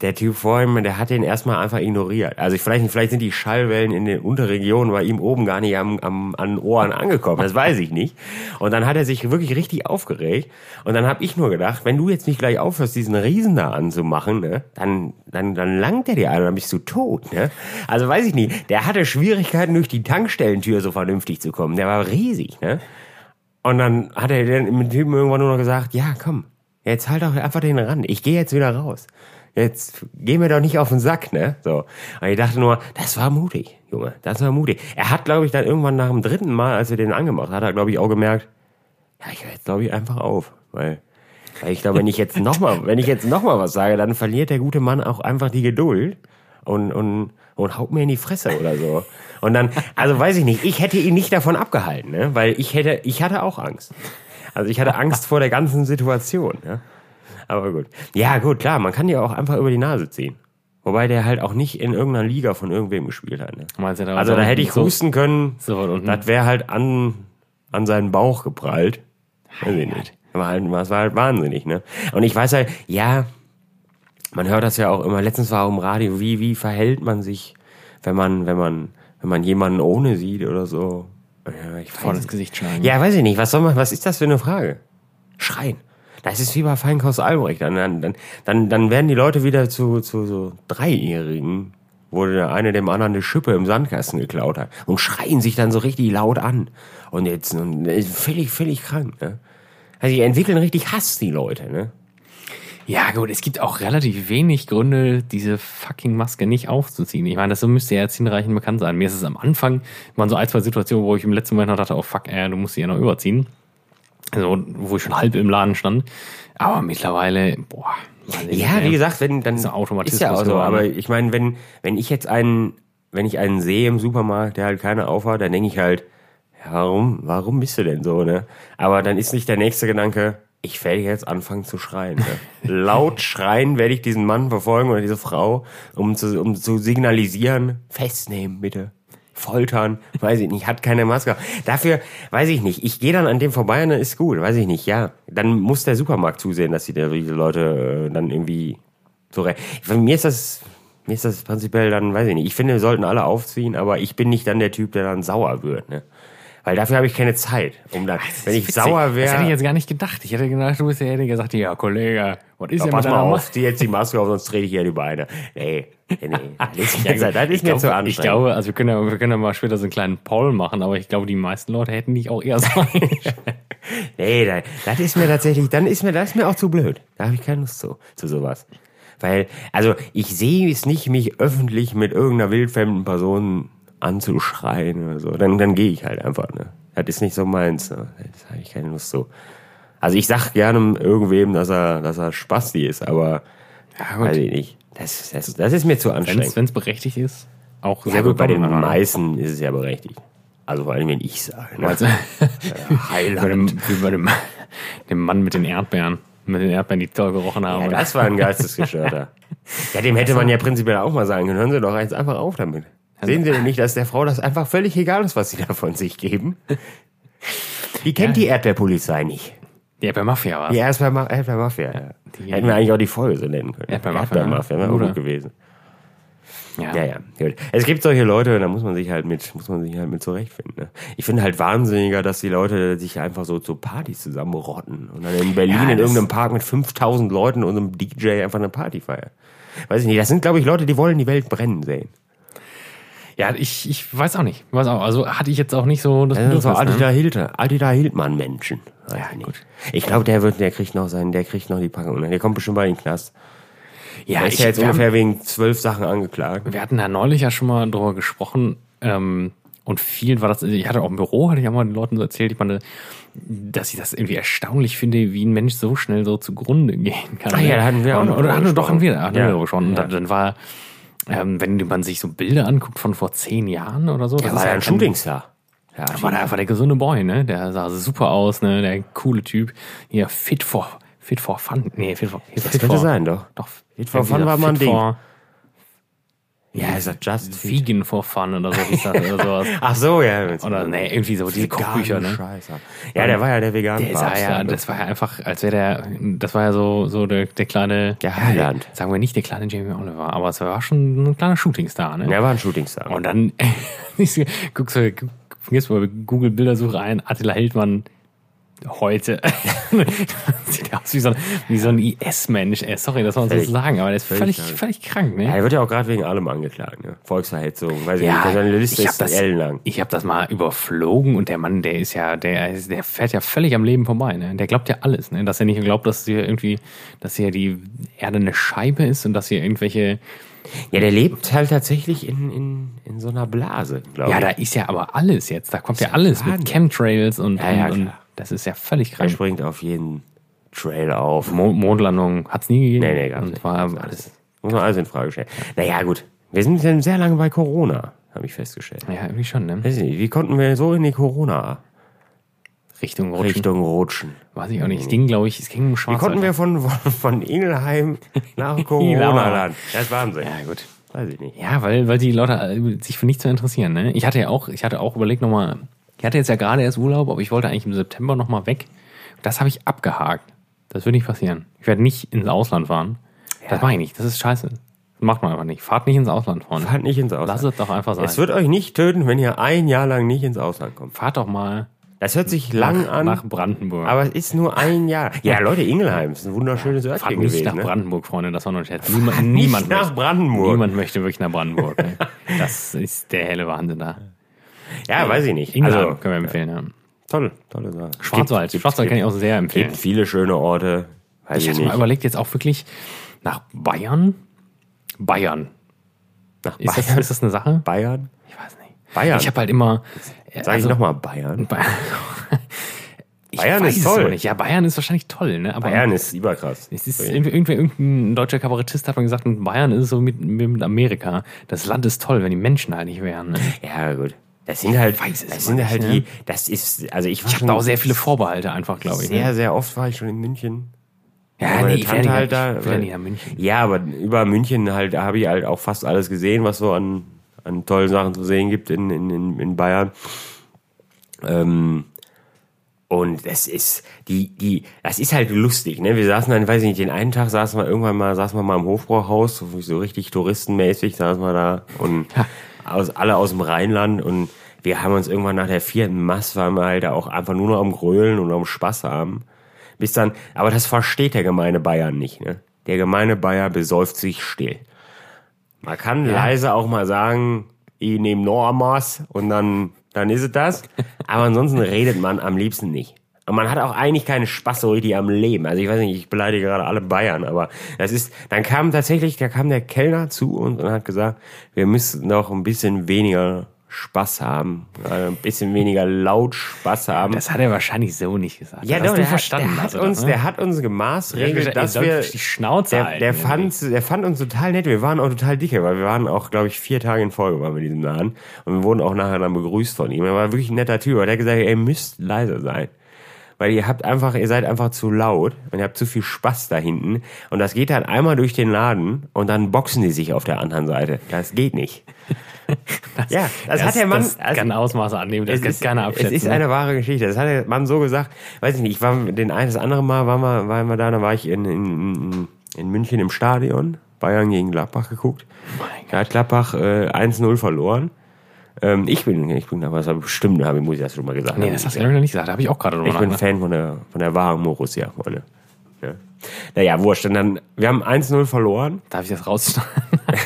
der Typ vor ihm, der hat den erstmal einfach ignoriert. Also ich, vielleicht, vielleicht sind die Schallwellen in den Unterregionen bei ihm oben gar nicht am, am, an den Ohren angekommen. Das weiß ich nicht. Und dann hat er sich wirklich richtig aufgeregt. Und dann habe ich nur gedacht, wenn du jetzt nicht gleich aufhörst, diesen Riesen da anzumachen, ne, dann, dann, dann langt er dir an, dann bist du tot. Ne? Also weiß ich nicht. Der hatte Schwierigkeiten, durch die Tankstellentür so vernünftig zu kommen. Der war riesig. Ne? Und dann hat er den mit dem Typen irgendwann nur noch gesagt, ja, komm, jetzt halt doch einfach den ran. Ich gehe jetzt wieder raus. Jetzt geh mir doch nicht auf den Sack, ne? So. Und ich dachte nur, das war mutig, Junge, das war mutig. Er hat, glaube ich, dann irgendwann nach dem dritten Mal, als wir den angemacht hat, er, glaube ich, auch gemerkt, ja, ich höre jetzt, glaube ich, einfach auf, weil, weil ich glaube, wenn ich jetzt nochmal, wenn ich jetzt noch mal was sage, dann verliert der gute Mann auch einfach die Geduld und, und, und haut mir in die Fresse oder so. Und dann, also weiß ich nicht, ich hätte ihn nicht davon abgehalten, ne? weil ich hätte, ich hatte auch Angst. Also ich hatte Angst vor der ganzen Situation, ne? Aber gut. Ja, gut, klar, man kann ja auch einfach über die Nase ziehen. Wobei der halt auch nicht in irgendeiner Liga von irgendwem gespielt hat. Ne?
Meinst du, da war
Also
so
da
unten
hätte ich
so-
husten können.
So weit unten.
Das wäre halt an, an seinen Bauch geprallt. Weiß ich nicht. War halt, war- es war halt wahnsinnig, ne? Und ich weiß halt, ja, man hört das ja auch immer. Letztens war auch im Radio, wie, wie verhält man sich, wenn man, wenn man, wenn man jemanden ohne sieht oder so. Ja, ich
Vor das
weiß nicht.
Gesicht schlagen.
ja, weiß ich nicht. Was soll man, was ist das für eine Frage? Schreien. Das ist wie bei Feinkost Albrecht. Dann, dann, dann- dann, dann werden die Leute wieder zu, zu so Dreijährigen, wo der eine dem anderen eine Schippe im Sandkasten geklaut hat und schreien sich dann so richtig laut an. Und jetzt und ist völlig, völlig krank. Ne? Also die entwickeln richtig Hass, die Leute. Ne?
Ja, gut, es gibt auch relativ wenig Gründe, diese fucking Maske nicht aufzuziehen. Ich meine, das müsste ja jetzt hinreichend bekannt sein. Mir ist es am Anfang, waren so ein, zwei Situationen, wo ich im letzten Moment noch dachte, oh fuck, äh, du musst sie ja noch überziehen. Also, wo ich schon halb im Laden stand. Aber mittlerweile, boah. weiß ich
Ja,
nicht,
wie
ey.
gesagt, wenn dann
ein Automatismus
Ist ja auch so,
geworden.
aber ich meine, wenn wenn ich jetzt einen, wenn ich einen sehe im Supermarkt, der halt keine aufhat, dann denke ich halt, ja, warum, warum bist du denn so, ne? Aber dann ist nicht der nächste Gedanke, ich werde jetzt anfangen zu schreien. Ne? Laut schreien werde ich diesen Mann verfolgen oder diese Frau, um zu, um zu signalisieren, festnehmen bitte. Foltern, weiß ich nicht, hat keine Maske. Dafür, weiß ich nicht, ich gehe dann an dem vorbei und dann ist gut, weiß ich nicht, ja. Dann muss der Supermarkt zusehen, dass die, da- die Leute äh, dann irgendwie so rein. Mir ist das, mir ist das prinzipiell dann, weiß ich nicht. Ich finde, wir sollten alle aufziehen, aber ich bin nicht dann der Typ, der dann sauer wird, ne? Weil dafür habe ich keine Zeit, um da, wenn ich
Witzig.
sauer
Das hätte ich
wäre,
jetzt gar nicht gedacht. Ich hätte gedacht, du bist der, der gesagt hat, ja, Kollege, was ist
ja,
denn
pass
mit
mal
deiner
auf, die jetzt die Maske auf, sonst trete ich ja die Beine. Nee, nee, nee. Das ist, ja, gesagt, das ist mir
glaube,
zu anstrengend.
ich glaube, also wir können, ja, wir können ja mal später so einen kleinen Poll machen, aber ich glaube, die meisten Leute hätten dich auch eher sagen.
Nee, nein, das ist mir tatsächlich, dann ist mir das ist mir auch zu blöd. Da habe ich keine Lust zu, zu sowas. Weil, also ich sehe es nicht, mich öffentlich mit irgendeiner wildfremden Person anzuschreien oder so. Dann, dann gehe ich halt einfach, ne? Das ist nicht so meins, ne? Das habe ich keine Lust zu. Also ich sag gerne irgendwem, dass er, dass er Spasti ist, aber weiß ich nicht. Das, das, das ist mir zu anstrengend.
Wenn es berechtigt ist, auch
Ja,
sehr
gut, bei den
willkommen.
meisten ist es ja berechtigt. Also vor allem, wenn ich sage. Ne?
Also,
Heiland.
bei dem, wie bei dem, dem Mann mit den Erdbeeren. Mit den Erdbeeren, die toll gerochen haben.
Ja, das war ein geistesgestörter. ja, dem hätte man ja prinzipiell auch mal sagen können, hören Sie doch jetzt einfach auf damit. Sehen Sie denn nicht, dass der Frau das einfach völlig egal ist, was Sie da von sich geben? Die kennt die Erdbeerpolizei nicht.
die Erdbeermafia war
Die Erdbeerma Erdbeermafia. Ja.
Die-
Hätten wir eigentlich auch die Folge so nennen können.
Erdbeermafia,
Erdbeermafia,
ja.
wäre auch
Oder?
gut gewesen.
Ja.
Ja, ja, gut. Es gibt solche Leute, da muss man sich halt mit, muss man sich halt mit zurechtfinden. Ne? Ich finde halt wahnsinniger, dass die Leute sich einfach so zu Partys zusammenrotten und dann in Berlin
Ja,
in
das-
irgendeinem Park mit 5000 Leuten und einem DJ einfach eine Party feiern. Weiß ich nicht, das sind glaube ich Leute, die wollen die Welt brennen sehen.
Ja, ich, ich weiß auch nicht. Weiß auch. Also hatte ich jetzt auch nicht so das
Das sind so
Bedürfnis, ne?
Adida Hilde, Adida Hildmann Menschen. Ja, gut. Ich glaube, der wird, der kriegt noch seinen, der kriegt noch die Packung. ne? Der kommt bestimmt bald in den Knast.
Ja,
Der ist ja jetzt
wir haben-
ungefähr wegen zwölf Sachen angeklagt.
Wir hatten da neulich ja schon mal drüber gesprochen ähm, und vielen war das, ich hatte auch im Büro, hatte ich auch mal den Leuten so erzählt, ich meine, dass ich das irgendwie erstaunlich finde, wie ein Mensch so schnell so zugrunde gehen kann. ne?
Ah ja, da hatten wir auch
und,
noch
Oder
drüber
hatten, doch, hatten wir,
gesprochen.
hatten
Ja.
wir darüber gesprochen. Und
Ja.
dann, dann war, ähm, wenn man sich so Bilder anguckt von vor zehn Jahren oder so. das
Der
ist
war ja ein
halt
Shootingstar. Ja,
War der, war der gesunde Boy, ne? Der sah super aus, ne? Der coole Typ. Hier, fit for, fit for fun. Nee, fit for, das
könnte sein, doch.
Doch,
Fit for Fun war mal ein
Fit
Ding.
for-
ja, ist er just fit.
Vegan for Fun oder so hieß das oder sowas.
Ach so, ja.
Oder nee, irgendwie so diese Kochbücher, ne?
Scheiße. Ja, der war ja der vegane
Der sah ja, das war ja einfach, als wäre der, das war ja so, so der, der kleine,
Der Heiland.
sagen wir nicht der kleine Jamie Oliver, aber es war schon ein kleiner Shootingstar, ne?
Der war ein Shootingstar.
Und dann guckst du, gu- gehst mal bei Google Bildersuche ein, Attila Hildmann heute. Sieht aus wie so ein, wie so ein IS-Mensch, ey, sorry, das muss man so
Völlig-
sagen, aber der ist
völlig
völlig,
krank.
völlig krank, ne?
ja, er wird ja auch gerade wegen allem angeklagt, ne? Volksverhetzung, weiß ich nicht. Seine Liste
hab
ist ellenlang.
Ich habe das mal überflogen und der Mann, der ist ja, der, ist- der fährt ja völlig am Leben vorbei. Ne? Der glaubt ja alles, ne? dass er nicht glaubt, dass hier irgendwie, dass hier die Erde eine Scheibe ist und dass hier irgendwelche.
Ja, der lebt halt tatsächlich in, in, in so einer Blase, glaube
Ja,
ich.
da ist ja aber alles jetzt. Da kommt ja alles mit
Wahnsinn.
Chemtrails und,
Ja, ja,
und, und
klar.
das ist ja völlig
Er
krank.
springt auf jeden Trail auf.
Mo Mondlandung hat's nie gegeben.
Nee, nee, gab's
und
nicht.
war
Gab's
alles.
Muss man alles in Frage stellen. Naja, gut. Wir sind dann sehr lange bei Corona, habe ich festgestellt.
Ja, irgendwie schon, ne?
Weiß ich nicht, wie konnten wir so in die Corona-Richtung
Richtung Rutschen.
rutschen?
Weiß ich auch nicht. Es ging, glaube ich, es ging um
Wie
Schwarz.
konnten wir von, von, von Ingelheim nach Corona-Land? Das ist Wahnsinn.
ja, gut.
Weiß ich nicht.
Ja, weil, weil die Leute äh, sich für nichts mehr interessieren. Ne? Ich hatte ja auch, ich hatte auch überlegt nochmal, ich hatte jetzt ja gerade erst Urlaub, aber ich wollte eigentlich im September nochmal weg. Das habe ich abgehakt. Das wird nicht passieren. Ich werde nicht ins Ausland fahren. Das mache ich nicht. Das ist scheiße. Das macht man einfach nicht. Fahrt nicht ins Ausland, Freunde.
Fahrt nicht ins
Lass
Ausland.
es doch einfach sein.
Es wird euch nicht töten, wenn ihr ein Jahr lang nicht ins Ausland kommt.
Fahrt doch mal
Das hört sich lang
nach,
an,
nach Brandenburg.
aber es ist nur ein Jahr. Ja, Leute, Ingelheim ist ein wunderschönes
Fahrt
Örtchen
nicht
gewesen.
nach
Ne?
Brandenburg, Freunde. Das war nur ein Scherz. Niemand, niemand,
nach
möchte,
Brandenburg.
niemand möchte wirklich nach Brandenburg. Ne? Das ist der helle Wahnsinn da.
Also, Ja, weiß ich nicht.
Ingelheim
Also,
können wir empfehlen. Ja.
toll, tolle Sache.
Schwarzwald. Schwarzwald kann ich auch sehr
Es
empfehlen.
gibt viele schöne Orte. Weiß
Ich
ich,
hatte mal
nicht.
überlegt, jetzt auch wirklich nach Bayern. Bayern.
Nach
Ist, Das,
Bayern.
ist das eine Sache?
Bayern?
Ich weiß nicht.
Bayern.
Ich habe halt immer. äh,
Sag
also-
ich nochmal Bayern.
Ich
Bayern
weiß
ist
es aber
toll.
Nicht. Ja, Bayern ist wahrscheinlich toll, ne? Aber
Bayern ist überkrass.
es ist irgendwie, irgendwie- irgendein deutscher Kabarettist hat mal gesagt, in Bayern ist es so mit, mit Amerika. Das Land ist toll, wenn die Menschen halt nicht wären. Ne?
Ja, gut. Das sind halt,
weiß es
das sind
nicht,
halt
ne?
die, das ist, also ich war
Ich habe
schon
da auch sehr viele Vorbehalte einfach, glaube ich.
sehr,
Ne?
sehr oft war ich schon in München.
Ja,
Meine
nee, ich
Tante
werde halt
halt da-
da. Ich will ja nicht nach München.
Ja, aber über München halt, da habe ich halt auch fast alles gesehen, was so an, an tollen Sachen zu sehen gibt in, in, in, in Bayern. Ähm, und das ist, die, die, das ist halt lustig, ne? Wir saßen dann, weiß ich nicht, den einen Tag saßen wir irgendwann mal, saßen wir mal im Hofbrauhaus, so, so richtig touristenmäßig saßen wir da und aus, alle aus dem Rheinland und wir haben uns irgendwann nach der vierten Mass, waren wir halt auch einfach nur noch am Grölen und am Spaß haben. Bis dann, aber das versteht der gemeine Bayer nicht, ne? Der gemeine Bayer besäuft sich still. Man kann leise auch mal sagen, ich nehme Normas und dann, dann ist es das. Aber ansonsten redet man am liebsten nicht. Und man hat auch eigentlich keinen Spaß so richtig am Leben. Also ich weiß nicht, ich beleidige gerade alle Bayern, aber das ist, dann kam tatsächlich, da kam der Kellner zu uns und hat gesagt, wir müssen noch ein bisschen weniger Spaß haben, also ein bisschen weniger laut Spaß haben.
Das hat er wahrscheinlich so nicht gesagt.
Ja,
Das
doch,
hast
der,
du
hat,
verstanden.
der, hat
also,
uns,
ne?
der hat uns
Der hat
gemaßregelt,
gesagt, ihr
dass
sollt
wir.
die Schnauze
der,
halten. ne?
der, fand, der fand uns total nett. Wir waren auch total dicke, weil wir waren auch, glaube ich, vier Tage in Folge waren wir in diesem Laden. Und wir wurden auch nachher dann begrüßt von ihm. Er war wirklich ein netter Typ. Aber der hat gesagt, ihr müsst leiser sein. Weil ihr habt einfach, ihr seid einfach zu laut und ihr habt zu viel Spaß da hinten. Und das geht dann einmal durch den Laden und dann boxen die sich auf der anderen Seite. Das geht nicht. ja, das, hat der Mann.
Das
also-
kann Ausmaße annehmen, das kann keiner abschätzen.
es ist
ne?
eine wahre Geschichte. Das hat der Mann so gesagt. Weiß ich nicht, ich war den ein, das andere Mal waren wir, waren wir da, da war ich in, in, in- in München im Stadion, Bayern gegen Gladbach geguckt.
Oh Mein
Da hat Gladbach äh, 1-0 verloren. Ähm, ich bin, ich bin, aber das habe bestimmt, habe, muss ich das schon mal gesagt
nee,
haben.
das hast du ja noch nicht ne? gesagt. Da habe ich auch gerade drüber
Ich bin
nachgedacht.
Fan von der, von der wahren Borussia, Freunde. Ja. Naja, wurscht. Und dann, wir haben 1-0 verloren.
Darf ich das rausschneiden?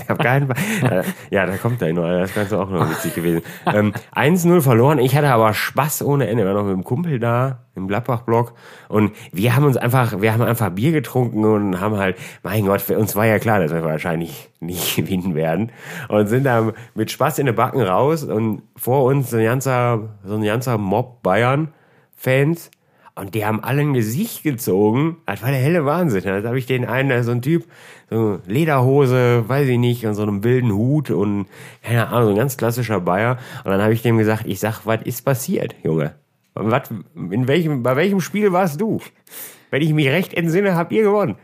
Ich hab keinen Be- äh, ja, da kommt der nur. Das Ganze auch noch witzig gewesen. Ähm, 1-0 verloren. Ich hatte aber Spaß ohne Ende. Ich war noch mit dem Kumpel da im Gladbach-Block. Und wir haben uns einfach, wir haben einfach Bier getrunken und haben halt, mein Gott, für uns war ja klar, dass wir wahrscheinlich nicht gewinnen werden. Und sind da mit Spaß in den Backen raus und vor uns so ein ganzer, so ein ganzer Mob Bayern. Fans. Und die haben alle ein Gesicht gezogen. Das war der helle Wahnsinn. Da habe ich den einen, da ist so ein Typ, so Lederhose, weiß ich nicht, und so einem wilden Hut und keine Ahnung, so ein ganz klassischer Bayer. Und dann habe ich dem gesagt, ich sag, was ist passiert, Junge? Was, in welchem, bei welchem Spiel warst du? Wenn ich mich recht entsinne, habt ihr gewonnen.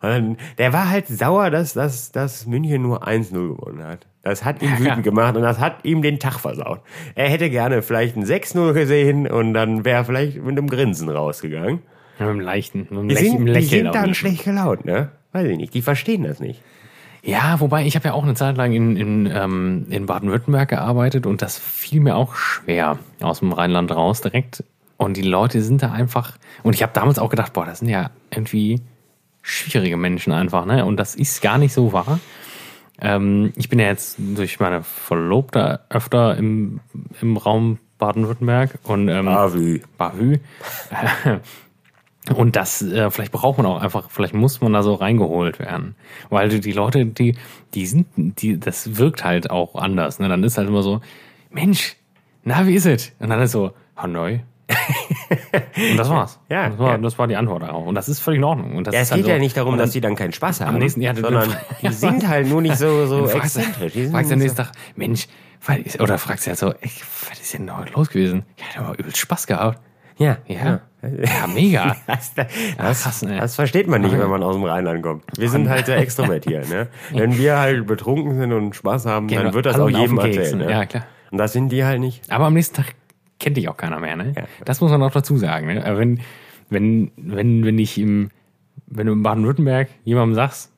Und dann, der war halt sauer, dass, dass, dass München nur 1-0 gewonnen hat. Das hat ihn wütend gemacht und das hat ihm den Tag versaut. Er hätte gerne vielleicht ein 6-0 gesehen und dann wäre er vielleicht mit einem Grinsen rausgegangen.
Ja, mit dem leichten, mit dem
Die
Lächeln.
sind, die
Lächeln
sind
auf
dann
jeden
schlecht gelaunt, ne? Weiß ich nicht, die verstehen das nicht.
Ja, wobei ich habe ja auch eine Zeit lang in, in, ähm, in Baden-Württemberg gearbeitet und das fiel mir auch schwer aus dem Rheinland raus direkt. Und die Leute sind da einfach. Und ich habe damals auch gedacht, boah, das sind ja irgendwie schwierige Menschen einfach, ne? Und das ist gar nicht so wahr. Ähm, ich bin ja jetzt durch meine Verlobte öfter im, im Raum Baden-Württemberg und ähm,
Avi.
Bavü. Und das, äh, vielleicht braucht man auch einfach, vielleicht muss man da so reingeholt werden. Weil die- die Leute, die, die sind, die, das wirkt halt auch anders. Ne? Dann ist halt immer so, Mensch, na, wie ist es? Und dann ist so, Hanoi. Und das war's.
Ja,
das, war,
ja.
das war die Antwort darauf. Und das ist völlig in Ordnung. Und das
Ja,
ist
es
halt
geht
so,
ja nicht darum, dass die dann keinen Spaß haben,
nächsten- ja, du-
sondern die sind halt nur nicht so, so
Dann fragst du-
exzentrisch. Die sind
Fragst du am
nicht so-
nächsten Tag, Mensch, was ist- oder fragst du ja so, ey, was ist denn da heute los gewesen? Ja, da war übelst Spaß gehabt.
ja,
Ja, ja mega.
Das,
das-
das,
krass, ne?
das versteht man nicht, wenn man aus dem Rheinland kommt. Wir sind halt sehr extrovertiert. Ne? Wenn wir halt betrunken sind und Spaß haben,
Gehen
dann
wir
wird das auch
allen auf
jedem
den Keks,
erzählt.
ne?
Ne?
Ja, klar.
Und das sind die halt nicht.
Aber am nächsten Tag kennt dich auch keiner mehr, ne? Das muss man auch dazu sagen. Ne? Aber wenn, wenn, wenn, wenn ich im, wenn du in Baden-Württemberg jemandem sagst,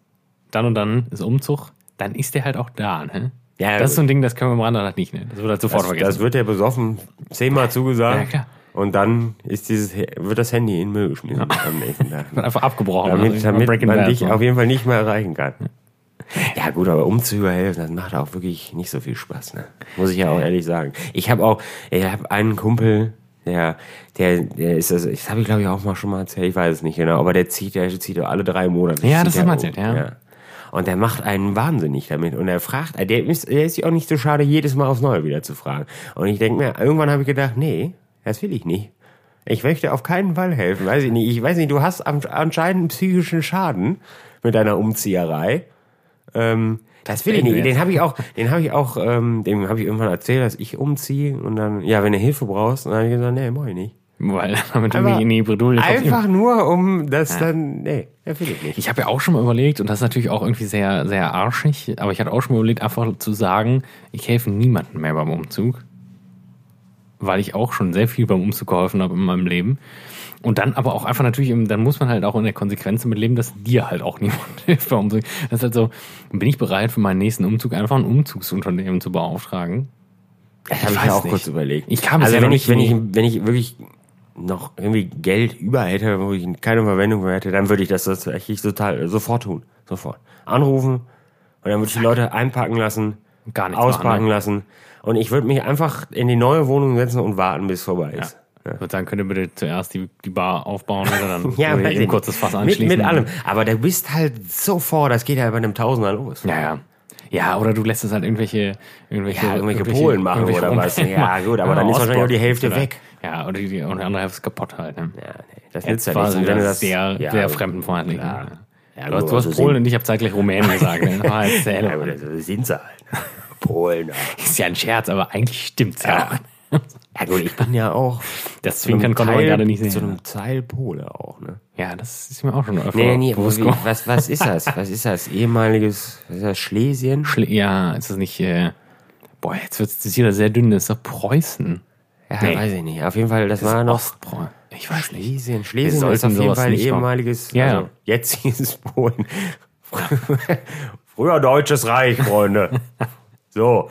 dann und dann ist Umzug, dann ist der halt auch da, ne?
Ja,
das ist so ein Ding, das können wir im Rheinland nicht, ne? Das wird halt sofort
Das, das
vergessen.
wird der besoffen zehnmal zugesagt.
Ja, klar.
Und dann ist dieses, wird das Handy in den Müll geschmissen am nächsten Tag.
wird einfach abgebrochen.
Damit,
Also,
damit
Breaking
man
Bad,
dich
so.
auf jeden Fall nicht mehr erreichen kann. Ja gut, aber Umzüge helfen, das macht auch wirklich nicht so viel Spaß, ne? Muss ich ja auch ehrlich sagen. Ich habe auch, ich habe einen Kumpel, der, der, der ist das, das habe ich glaube ich auch mal schon mal erzählt, ich weiß es nicht genau, aber der zieht, der zieht alle drei Monate.
Ja,
zieht
das
der
hast du mal
um.
erzählt, ja.
Und der macht einen wahnsinnig damit. Und er fragt, der ist, der ist sich auch nicht so schade, jedes Mal aufs Neue wieder zu fragen. Und ich denke mir, irgendwann habe ich gedacht, nee, das will ich nicht. Ich möchte auf keinen Fall helfen. Weiß ich nicht. Ich weiß nicht, du hast an- anscheinend einen psychischen Schaden mit deiner Umzieherei. Ähm, das will ich
beenden
nicht.
wir
Den habe ich auch, den habe ich auch, ähm, dem habe ich irgendwann erzählt, dass ich umziehe und dann, ja, wenn du Hilfe brauchst, dann habe ich gesagt, nee, mach ich nicht.
Weil damit du
Aber
mich in die Bredouille kommst.
Einfach nur, um das dann, nee, das will ich nicht.
Ich habe ja auch schon mal überlegt, und das ist natürlich auch irgendwie sehr, sehr arschig, aber ich hatte auch schon mal überlegt, einfach zu sagen, ich helfe niemandem mehr beim Umzug. Weil ich auch schon sehr viel beim Umzug geholfen habe in meinem Leben. Und dann aber auch einfach natürlich, im- dann muss man halt auch in der Konsequenz damit leben, dass dir halt auch niemand hilft beim Umzug. Das ist halt so, bin ich bereit, für meinen nächsten Umzug einfach ein Umzugsunternehmen zu beauftragen?
Das
Ich
habe ich
weiß
mir auch
nicht.
kurz überlegt.
Ich kam
also
bisher
wenn
noch
ich, wenn
nie-
ich, wenn ich wirklich noch irgendwie Geld über hätte, wo ich keine Verwendung für hätte, dann würde ich das tatsächlich total sofort tun. Sofort. Anrufen und dann würde ich die Leute einpacken lassen,
Gar nichts
auspacken
machen, ne?
lassen. Und ich würde mich einfach in die neue Wohnung setzen und warten, bis es vorbei ist.
Ich würde sagen, könnt ihr bitte zuerst die, die Bar aufbauen oder dann
Ja,
oder
weiß ich
eben
nicht.
kurz das Fass
mit,
anschließen.
mit allem. Aber du bist halt sofort, das geht ja bei einem Tausender los.
Ja, ja. Ja, oder du lässt es halt irgendwelche, irgendwelche,
Ja, irgendwelche Polen machen oder was.
Ungarn
Ja,
machen.
gut, aber dann ist wahrscheinlich auch die
Ostblock
Hälfte
oder-
weg.
Ja, oder die, und die andere Hälfte ist kaputt halt. Ne?
Ja, nee, das
Jetzt
nützt ja
war
nichts.
es
Und
wieder
wenn du das-
sehr,
ja,
sehr fremdenfreundlich.
klar.
ne?
Ja,
Du
gut,
hast, du hast
also
Polen und ich habe zeitgleich Rumänen gesagt. Ne? Ah, jetzt der
Ja,
Helle.
aber das sind sie halt. Polen.
ist ja ein Scherz, aber eigentlich stimmt's ja.
Ja. Ja gut, ich bin ja auch.
Das
zu einem
Zwinkern konnte man
Teil-
gerade nicht sehen.
Zu einem Teil Pole auch, ne?
Ja, das ist mir auch schon öfter
Nee, nee,
bewusst
wie,
geworden.
was, was ist das? Was ist das? Ehemaliges, was ist das Schlesien?
Schle- Ja, ist das nicht... Äh, boah, jetzt wird es wieder sehr dünn. Das ist doch Preußen.
Ja,
Nee.
weiß ich nicht. Auf jeden Fall, das, war noch
Ostpreußen. Ich weiß nicht.
Schlesien.
Wir
Schlesien
sollten
ist auf jeden
sowas
Fall
nicht machen.
ehemaliges,
Ja, ja.
also jetziges Polen. Früher Deutsches Reich, Freunde. So.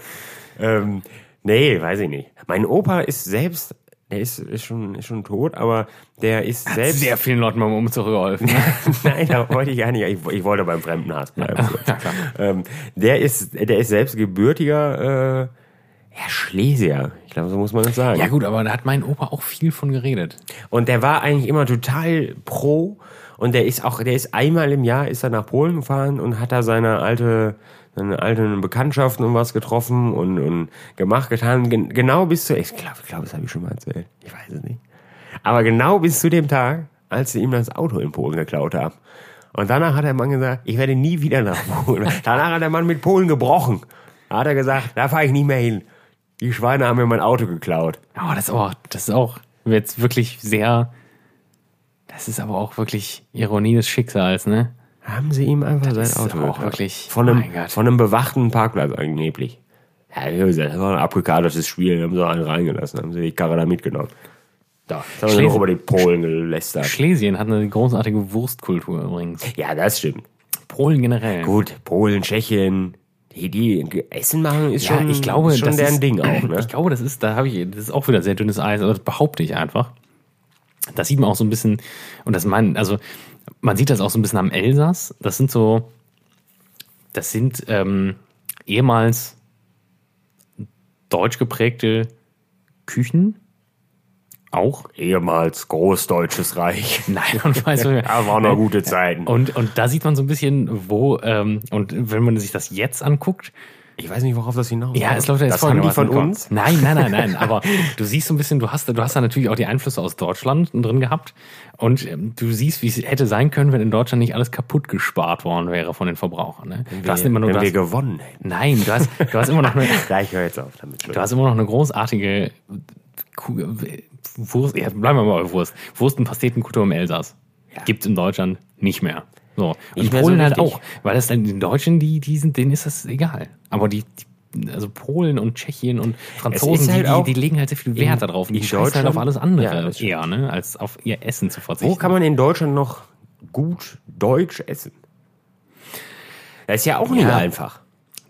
Ähm, nee, weiß ich nicht. Mein Opa ist selbst, der ist, ist, schon, ist schon tot, aber der ist selbst.
Sehr vielen Leuten beim Umzug geholfen. ne?
Nein, da wollte ich gar nicht. Ich, ich wollte beim Fremdenhass bleiben. ähm, der, ist, der ist selbst gebürtiger äh, ja, Schlesier. Ich glaube, so muss man das sagen.
Ja gut, aber da hat mein Opa auch viel von geredet.
Und der war eigentlich immer total pro. Und der ist auch, der ist einmal im Jahr ist er nach Polen gefahren und hat da seine alte, seine alten Bekanntschaften und was getroffen und, und gemacht, getan. Gen genau bis zu, ich glaube, ich glaube, das habe ich schon mal erzählt. Ich weiß es nicht. Aber genau bis zu dem Tag, als sie ihm das Auto in Polen geklaut haben. Und danach hat der Mann gesagt, ich werde nie wieder nach Polen. danach hat der Mann mit Polen gebrochen. Da hat er gesagt, da fahre ich nicht mehr hin. Die Schweine haben mir mein Auto geklaut.
Aber Oh, das ist auch, das ist auch jetzt wirklich sehr. Das ist aber auch wirklich Ironie des Schicksals, ne?
Haben sie ihm einfach
ist
sein Auto
auch
geklaut.
wirklich-
von
mein
einem,
Gott.
von einem bewachten Parkplatz angeblich. Ja, wie gesagt, das war ein abgekadertes Spiel, da haben sie einen reingelassen, haben sie die Karre da mitgenommen. Da, jetzt haben sie
Schlesien-
noch über die Polen gelästert.
Schlesien hat eine großartige Wurstkultur übrigens.
Ja, das stimmt.
Polen generell.
Gut, Polen, Tschechien, die, die Essen machen ist
Ja,
schon,
ich glaube,
ist schon
das
deren
ist,
Ding auch. Ne?
Ich glaube, das ist, da habe ich, das ist auch wieder sehr dünnes Eis, aber das behaupte ich einfach. Das sieht man auch so ein bisschen, und das meinen, also man sieht das auch so ein bisschen am Elsass. Das sind so, das sind ähm, ehemals deutsch geprägte Küchen. Auch?
Ehemals Großdeutsches Reich. Oh,
Nein, und weiß nicht mehr.
Da waren noch gute Zeiten.
Und, und da sieht man so ein bisschen, wo, ähm, und wenn man sich das jetzt anguckt,
Ich weiß nicht, worauf das hinaus
ja, es läuft ja jetzt ne?
Das haben die von
folgendermaßen.
uns.
Nein, nein, nein, nein. Aber du siehst so ein bisschen, du hast, du hast da natürlich auch die Einflüsse aus Deutschland drin gehabt. Und ähm, du siehst, wie es hätte sein können, wenn in Deutschland nicht alles kaputt gespart worden wäre von den Verbrauchern. Ne? Du hast immer nur
wenn
das.
wir gewonnen hätten.
Nein, du hast, du hast immer noch eine,
Gleich hör jetzt auf damit.
du hast immer noch eine großartige Ku- Wurst, ja, bleiben wir mal bei Wurst. Wurst und Pastetenkultur im Elsass. gibt's in Deutschland nicht mehr. So. Und
Nicht mehr so
Polen halt
richtig.
auch. Weil das dann den Deutschen, die, die sind, denen ist das egal. Aber die, die also Polen und Tschechien und Franzosen,
halt
die,
auch
die, die legen halt sehr viel Wert darauf. Und die
in
scheißen halt auf
Deutschland-
alles andere
Ja,
eher,
das
ne? als auf ihr Essen zu verzichten.
Wo kann man in Deutschland noch gut Deutsch essen? Das ist ja auch nicht
Ja.
einfach.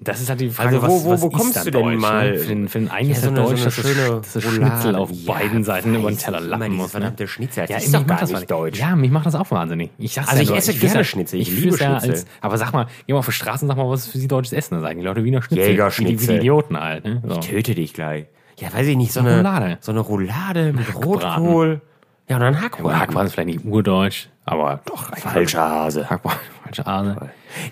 das ist halt die Frage,
Also wo-
was,
wo-
was
wo
ist
kommst
dann
du denn
Deutsch,
mal-
Ne? Für den, für den einen
Ja,
ist
so
der
eine- so
Deutsch,
eine
dass
schöne
das ist
Roulade.
Schnitzel auf
Ja,
beiden Seiten über den
weiß
Teller
ich,
lappen muss.
immer
ne?
dieses verdammte Schnitzel, das
ja,
ist
mich
doch gar
macht das
nicht deutsch.
Ja, mich macht das auch wahnsinnig. Ich sag's
Also
ja
ich
nur,
esse
fühl's
gerne
ja-
Schnitzel, ich
fühl's
liebe
ja als-
Schnitzel.
Aber sag mal, geh mal auf die Straße und sag mal, was ist für sie deutsches Essen? Da sagen die Leute Wiener Schnitzel. Wie die, wie die
Jägerschnitzel.
Idioten halt. Ne? So.
Töte dich gleich. Ja, weiß ich nicht, so
Eine
eine
Roulade.
So eine Roulade mit
Hackbraten.
Rotkohl. Ja, und dann Hackbraten.
Hackbraten ist vielleicht nicht urdeutsch, aber doch.
Falscher Hase.
Hackbraten, falsche Ahnung.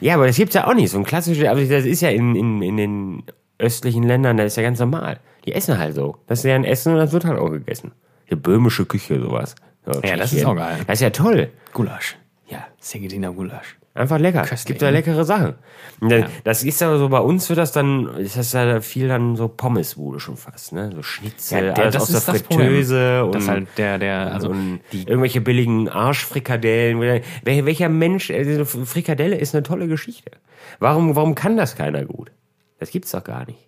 Ja, aber das gibt's ja auch nicht. So ein klassisches, aber das ist ja in, in, in den östlichen Ländern, das ist ja ganz normal. Die essen halt so. Das ist ja ein Essen und das wird halt auch gegessen. Die böhmische Küche, sowas. So,
Ja, das
Tschechien.
ist auch geil.
Das ist ja toll.
Gulasch.
Ja,
Segediner Gulasch.
Einfach lecker. Es
Köstlich,
gibt da
ne?
leckere Sachen. Und dann- Das ist aber so, bei uns wird das dann, ist das ja viel dann so Pommesbude schon fast, ne? So Schnitzel,
Ja, der-
alles
das
aus
ist
der
das Problem.
Fritteuse
Das
und,
ist halt der, der, also
und irgendwelche billigen Arschfrikadellen. Wel- Welcher Mensch, äh, diese Frikadelle ist eine tolle Geschichte. Warum, warum kann das keiner gut? Das gibt's doch gar nicht.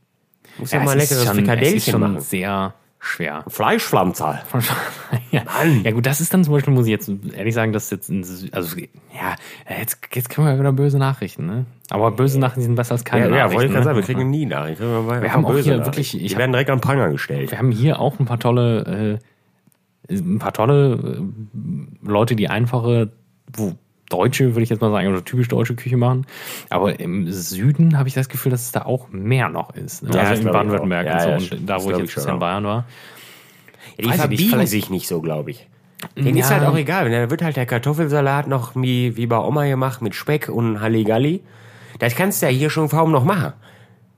Muss ja,
es
mal
ist
leckeres
schon- es ist
Frikadellchen
schon
machen.
sehr schwer.
Fleischflammzahl.
ja. ja gut, das ist dann zum Beispiel, muss ich jetzt ehrlich sagen, das ist jetzt, ein, also ja, jetzt, jetzt kriegen wir wieder böse Nachrichten, ne? Aber böse Nachrichten sind besser als keine
Ja, ja
Nachrichten.
wollte ich gerade
ne?
sagen, wir kriegen nie Nachrichten. Wir, kriegen
haben auch
böse
hier
Nachrichten.
wirklich- ich
Die
hab-
werden direkt an Pranger gestellt.
Wir haben hier auch ein paar tolle, äh, ein paar tolle äh, Leute, die einfache, wo deutsche, würde ich jetzt mal sagen, oder typisch deutsche Küche machen. Aber im Süden habe ich das Gefühl, dass es da auch mehr noch ist. Ne?
Ja, das
also in
glaub ich
Baden-Württemberg
auch.
und
Ja,
so.
ja,
und da,
das
wo ich
glaub ich
jetzt
schon
bisher in
auch.
Bayern war.
Die
Weiß ich nicht,
verbiegen
vielleicht-
sich nicht so, glaube ich. Denen
Ja.
ist halt auch egal. Da wird halt der Kartoffelsalat noch wie, wie bei Oma gemacht mit Speck und Halligalli. Das kannst du ja hier schon kaum noch machen.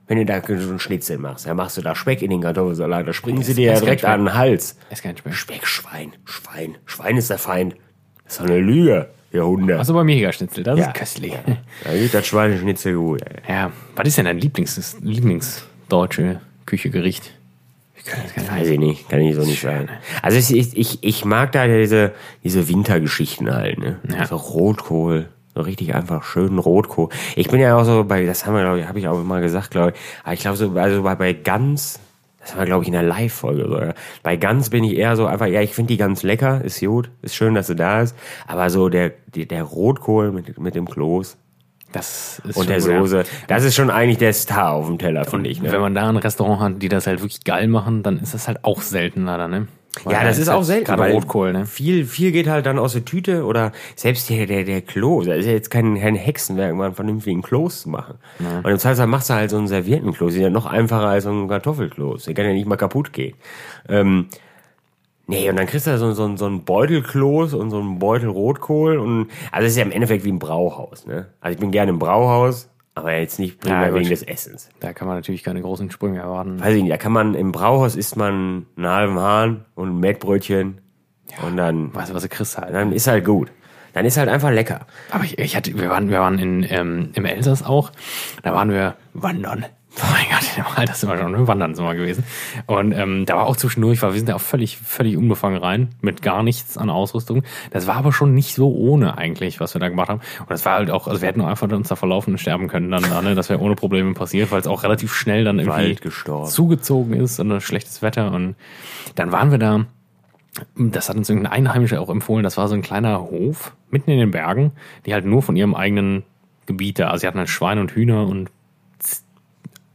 Wenn du da so einen Schnitzel machst, dann machst du da Speck in den Kartoffelsalat, da springen sie dir ja
ist kein
direkt
Speck.
an den Hals.
Ist kein Speck.
Speck, Schwein, Schwein. Schwein ist der Feind. Das ist doch eine Lüge, ihr Hunde.
Also bei Megaschnitzel, das
Ja.
ist köstlich.
Da geht das Schweineschnitzel gut. Ey.
Ja, was ist denn dein Lieblings Lieblingsdeutsche Küchegericht? Ich kann das gar nicht
Weiß ich nicht, kann ich so nicht sagen.
ne?
Also es ist, ich, ich mag da halt diese, diese Wintergeschichten halt, ne? So Rotkohl, so richtig einfach schönen Rotkohl. Ich bin ja auch so bei, das haben wir, glaube ich, habe ich auch mal gesagt, glaube ich, aber ich glaube so, also bei, bei Gans, das haben wir, glaube ich, in der Live-Folge sogar. Bei Gans bin ich eher so einfach, ja, ich finde die ganz lecker, ist gut, ist schön, dass sie da ist, aber so der, der, der Rotkohl mit, mit dem Kloß
Das ist schon
und der
gut, ja.
Soße, das ist schon eigentlich der Star auf dem Teller, finde ich, ne?
Wenn man da ein Restaurant hat, die das halt wirklich geil machen, dann ist das halt auch selten leider, ne? Weil
Ja,
da
das ist auch
halt
selten.
Gerade
weil
Rotkohl, ne?
Viel, viel geht halt dann aus der Tüte oder selbst der, der, der Klo. Da ist ja jetzt kein, kein Hexenwerk, um mal einen vernünftigen Kloß zu machen. Und im Zweifelsfall machst du halt so einen Serviettenkloß. Ist ja noch einfacher als so ein Kartoffelkloß. Der kann ja nicht mal kaputt gehen. Ähm, nee, und dann kriegst du da so, so, so einen Beutelkloß und so einen Beutel Rotkohl. Und, also es ist ja im Endeffekt wie ein Brauhaus. Ne? Also ich bin gerne im Brauhaus, aber jetzt nicht primär
Ja, gut.
wegen des Essens.
Da kann man natürlich keine großen Sprünge erwarten.
Weiß ich nicht, da kann man, im Brauhaus isst man einen halben Hahn und ein Mettbrötchen. und dann
Weißt du, was du kriegst halt.
dann ist halt gut. Dann ist halt einfach lecker.
Aber ich, ich hatte, wir waren, wir waren in, ähm, im Elsass auch. Da waren wir wandern. Oh mein Gott, das sind wir schon, ne? wandern sind wir gewesen. Und ähm, da war auch zwischendurch, weil wir sind ja auch völlig, völlig unbefangen rein, mit gar nichts an Ausrüstung. Das war aber schon nicht so ohne eigentlich, was wir da gemacht haben. Und das war halt auch, also wir hätten auch einfach uns da verlaufen und sterben können dann, da, ne? das wäre ohne Probleme passiert, weil es auch relativ schnell dann irgendwie
Wald gestorben.
zugezogen ist und schlechtes Wetter. Und dann waren wir da das hat uns irgendein Einheimischer auch empfohlen. Das war so ein kleiner Hof mitten in den Bergen, die halt nur von ihrem eigenen Gebiet da. Also sie hatten halt Schweine und Hühner und Z-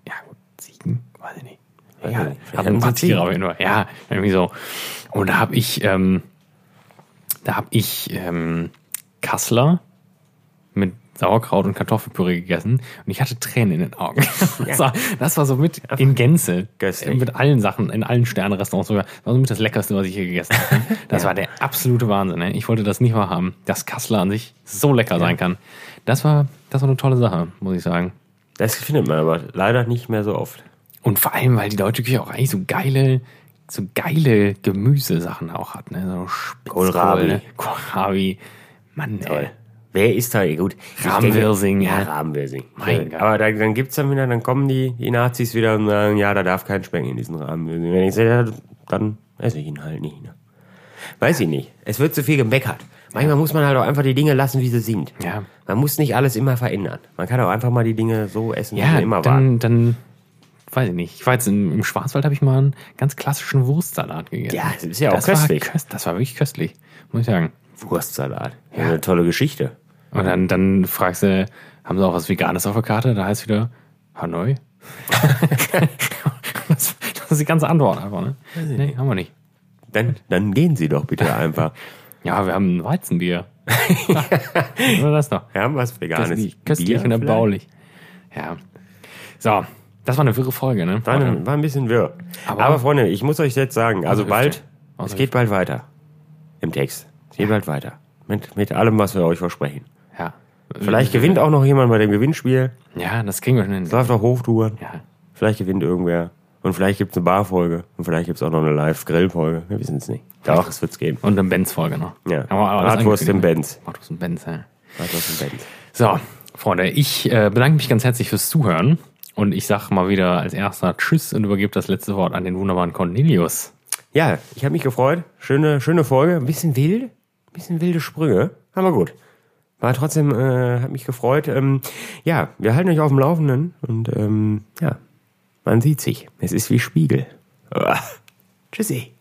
ja, gut, Ziegen, weiß ich nicht.
Weiß ich
Ja,
nicht.
hatten
Vielleicht hatten
ein paar
sie Ziegen.
Tiere, aber nur, ja, irgendwie so. Und da habe ich, ähm, da habe ich ähm, Kassler mit Sauerkraut und Kartoffelpüree gegessen und ich hatte Tränen in den Augen. Das, war, das war so mit in Gänze,
Köstlich.
mit allen Sachen, in allen Sterne-Restaurants sogar. Das war so mit das Leckerste, was ich hier gegessen habe. Das war der absolute Wahnsinn. Ne? Ich wollte das nicht wahrhaben, dass Kassler an sich so lecker sein kann. Das war, das war eine tolle Sache, muss ich sagen.
Das findet man aber leider nicht mehr so oft.
Und vor allem, weil die deutsche Küche auch eigentlich so geile, so geile Gemüsesachen auch hat. Ne? So Spitzkohl,
Kohlrabi.
ne? Kohlrabi. Mann, ey.
Wer ist da? Gut. ich
Rahmenwirsing,
denke- Ja,
ja.
Rahmenwirsing.
Mein
ja.
Gott.
Aber dann, dann gibt's dann wieder, dann kommen die, die Nazis wieder und sagen, ja, da darf kein Speck in diesen Rahmenwirsing. Wenn ich sehe, ja, dann esse ich ihn halt nicht. Ne? Weiß ich nicht. Es wird zu viel gemeckert. Manchmal muss man halt auch einfach die Dinge lassen, wie sie sind.
Ja.
Man muss nicht alles immer verändern. Man kann auch einfach mal die Dinge so essen, wie
Ja,
sie immer waren.
dann, dann weiß ich nicht. Ich war jetzt im, im Schwarzwald, habe ich mal einen ganz klassischen Wurstsalat gegessen.
Ja, das ist ja auch
das
köstlich.
War köst, das war wirklich köstlich, muss ich sagen.
Wurstsalat. Ja. Eine tolle Geschichte.
Und dann, dann fragst du, haben sie auch was Veganes auf der Karte? Da heißt wieder Hanoi. das, das ist die ganze Antwort einfach, ne? Nee, haben wir nicht.
Dann, dann gehen Sie doch bitte einfach.
Ja, wir haben ein Weizenbier. Oder das noch.
Wir haben was Veganes.
Köstlich, köstlich und
vielleicht?
erbaulich. Ja. So, das war eine wirre Folge, ne?
War, ein- war ein bisschen wirr. Aber,
Aber-
Freunde, ich muss euch jetzt sagen, also
Hüfte.
bald,
Aus
es
der
geht bald weiter. Im Text. Es geht bald weiter. Mit, mit allem, was wir euch versprechen.
Ja.
Vielleicht gewinnt auch noch jemand bei dem Gewinnspiel.
Ja, das kriegen wir schon hin.
Es läuft auch Hochtouren.
Ja.
Vielleicht gewinnt irgendwer. Und vielleicht gibt's eine Barfolge. Und vielleicht gibt's auch noch eine Live-Grill-Folge. Wir wissen's nicht. Doch, es wird's geben.
Und eine Benz-Folge noch.
Ja.
ne?
Ah,
Haben wir alles
Bratwurst im
angekündigt.
Benz.
Bratwurst im Benz, ja.
Bratwurst im Benz.
So, Freunde, ich äh, bedanke mich ganz herzlich fürs Zuhören. Und ich sage mal wieder als erster Tschüss und übergebe das letzte Wort an den wunderbaren Cornelius.
Ja, ich habe mich gefreut. Schöne, schöne Folge. Ein bisschen wild, ein bisschen wilde Sprünge. Aber gut. War trotzdem, äh, hat mich gefreut. Ähm, ja, wir halten euch auf dem Laufenden und ähm, ja, man sieht sich. Es ist wie Spiegel. Ah. Tschüssi.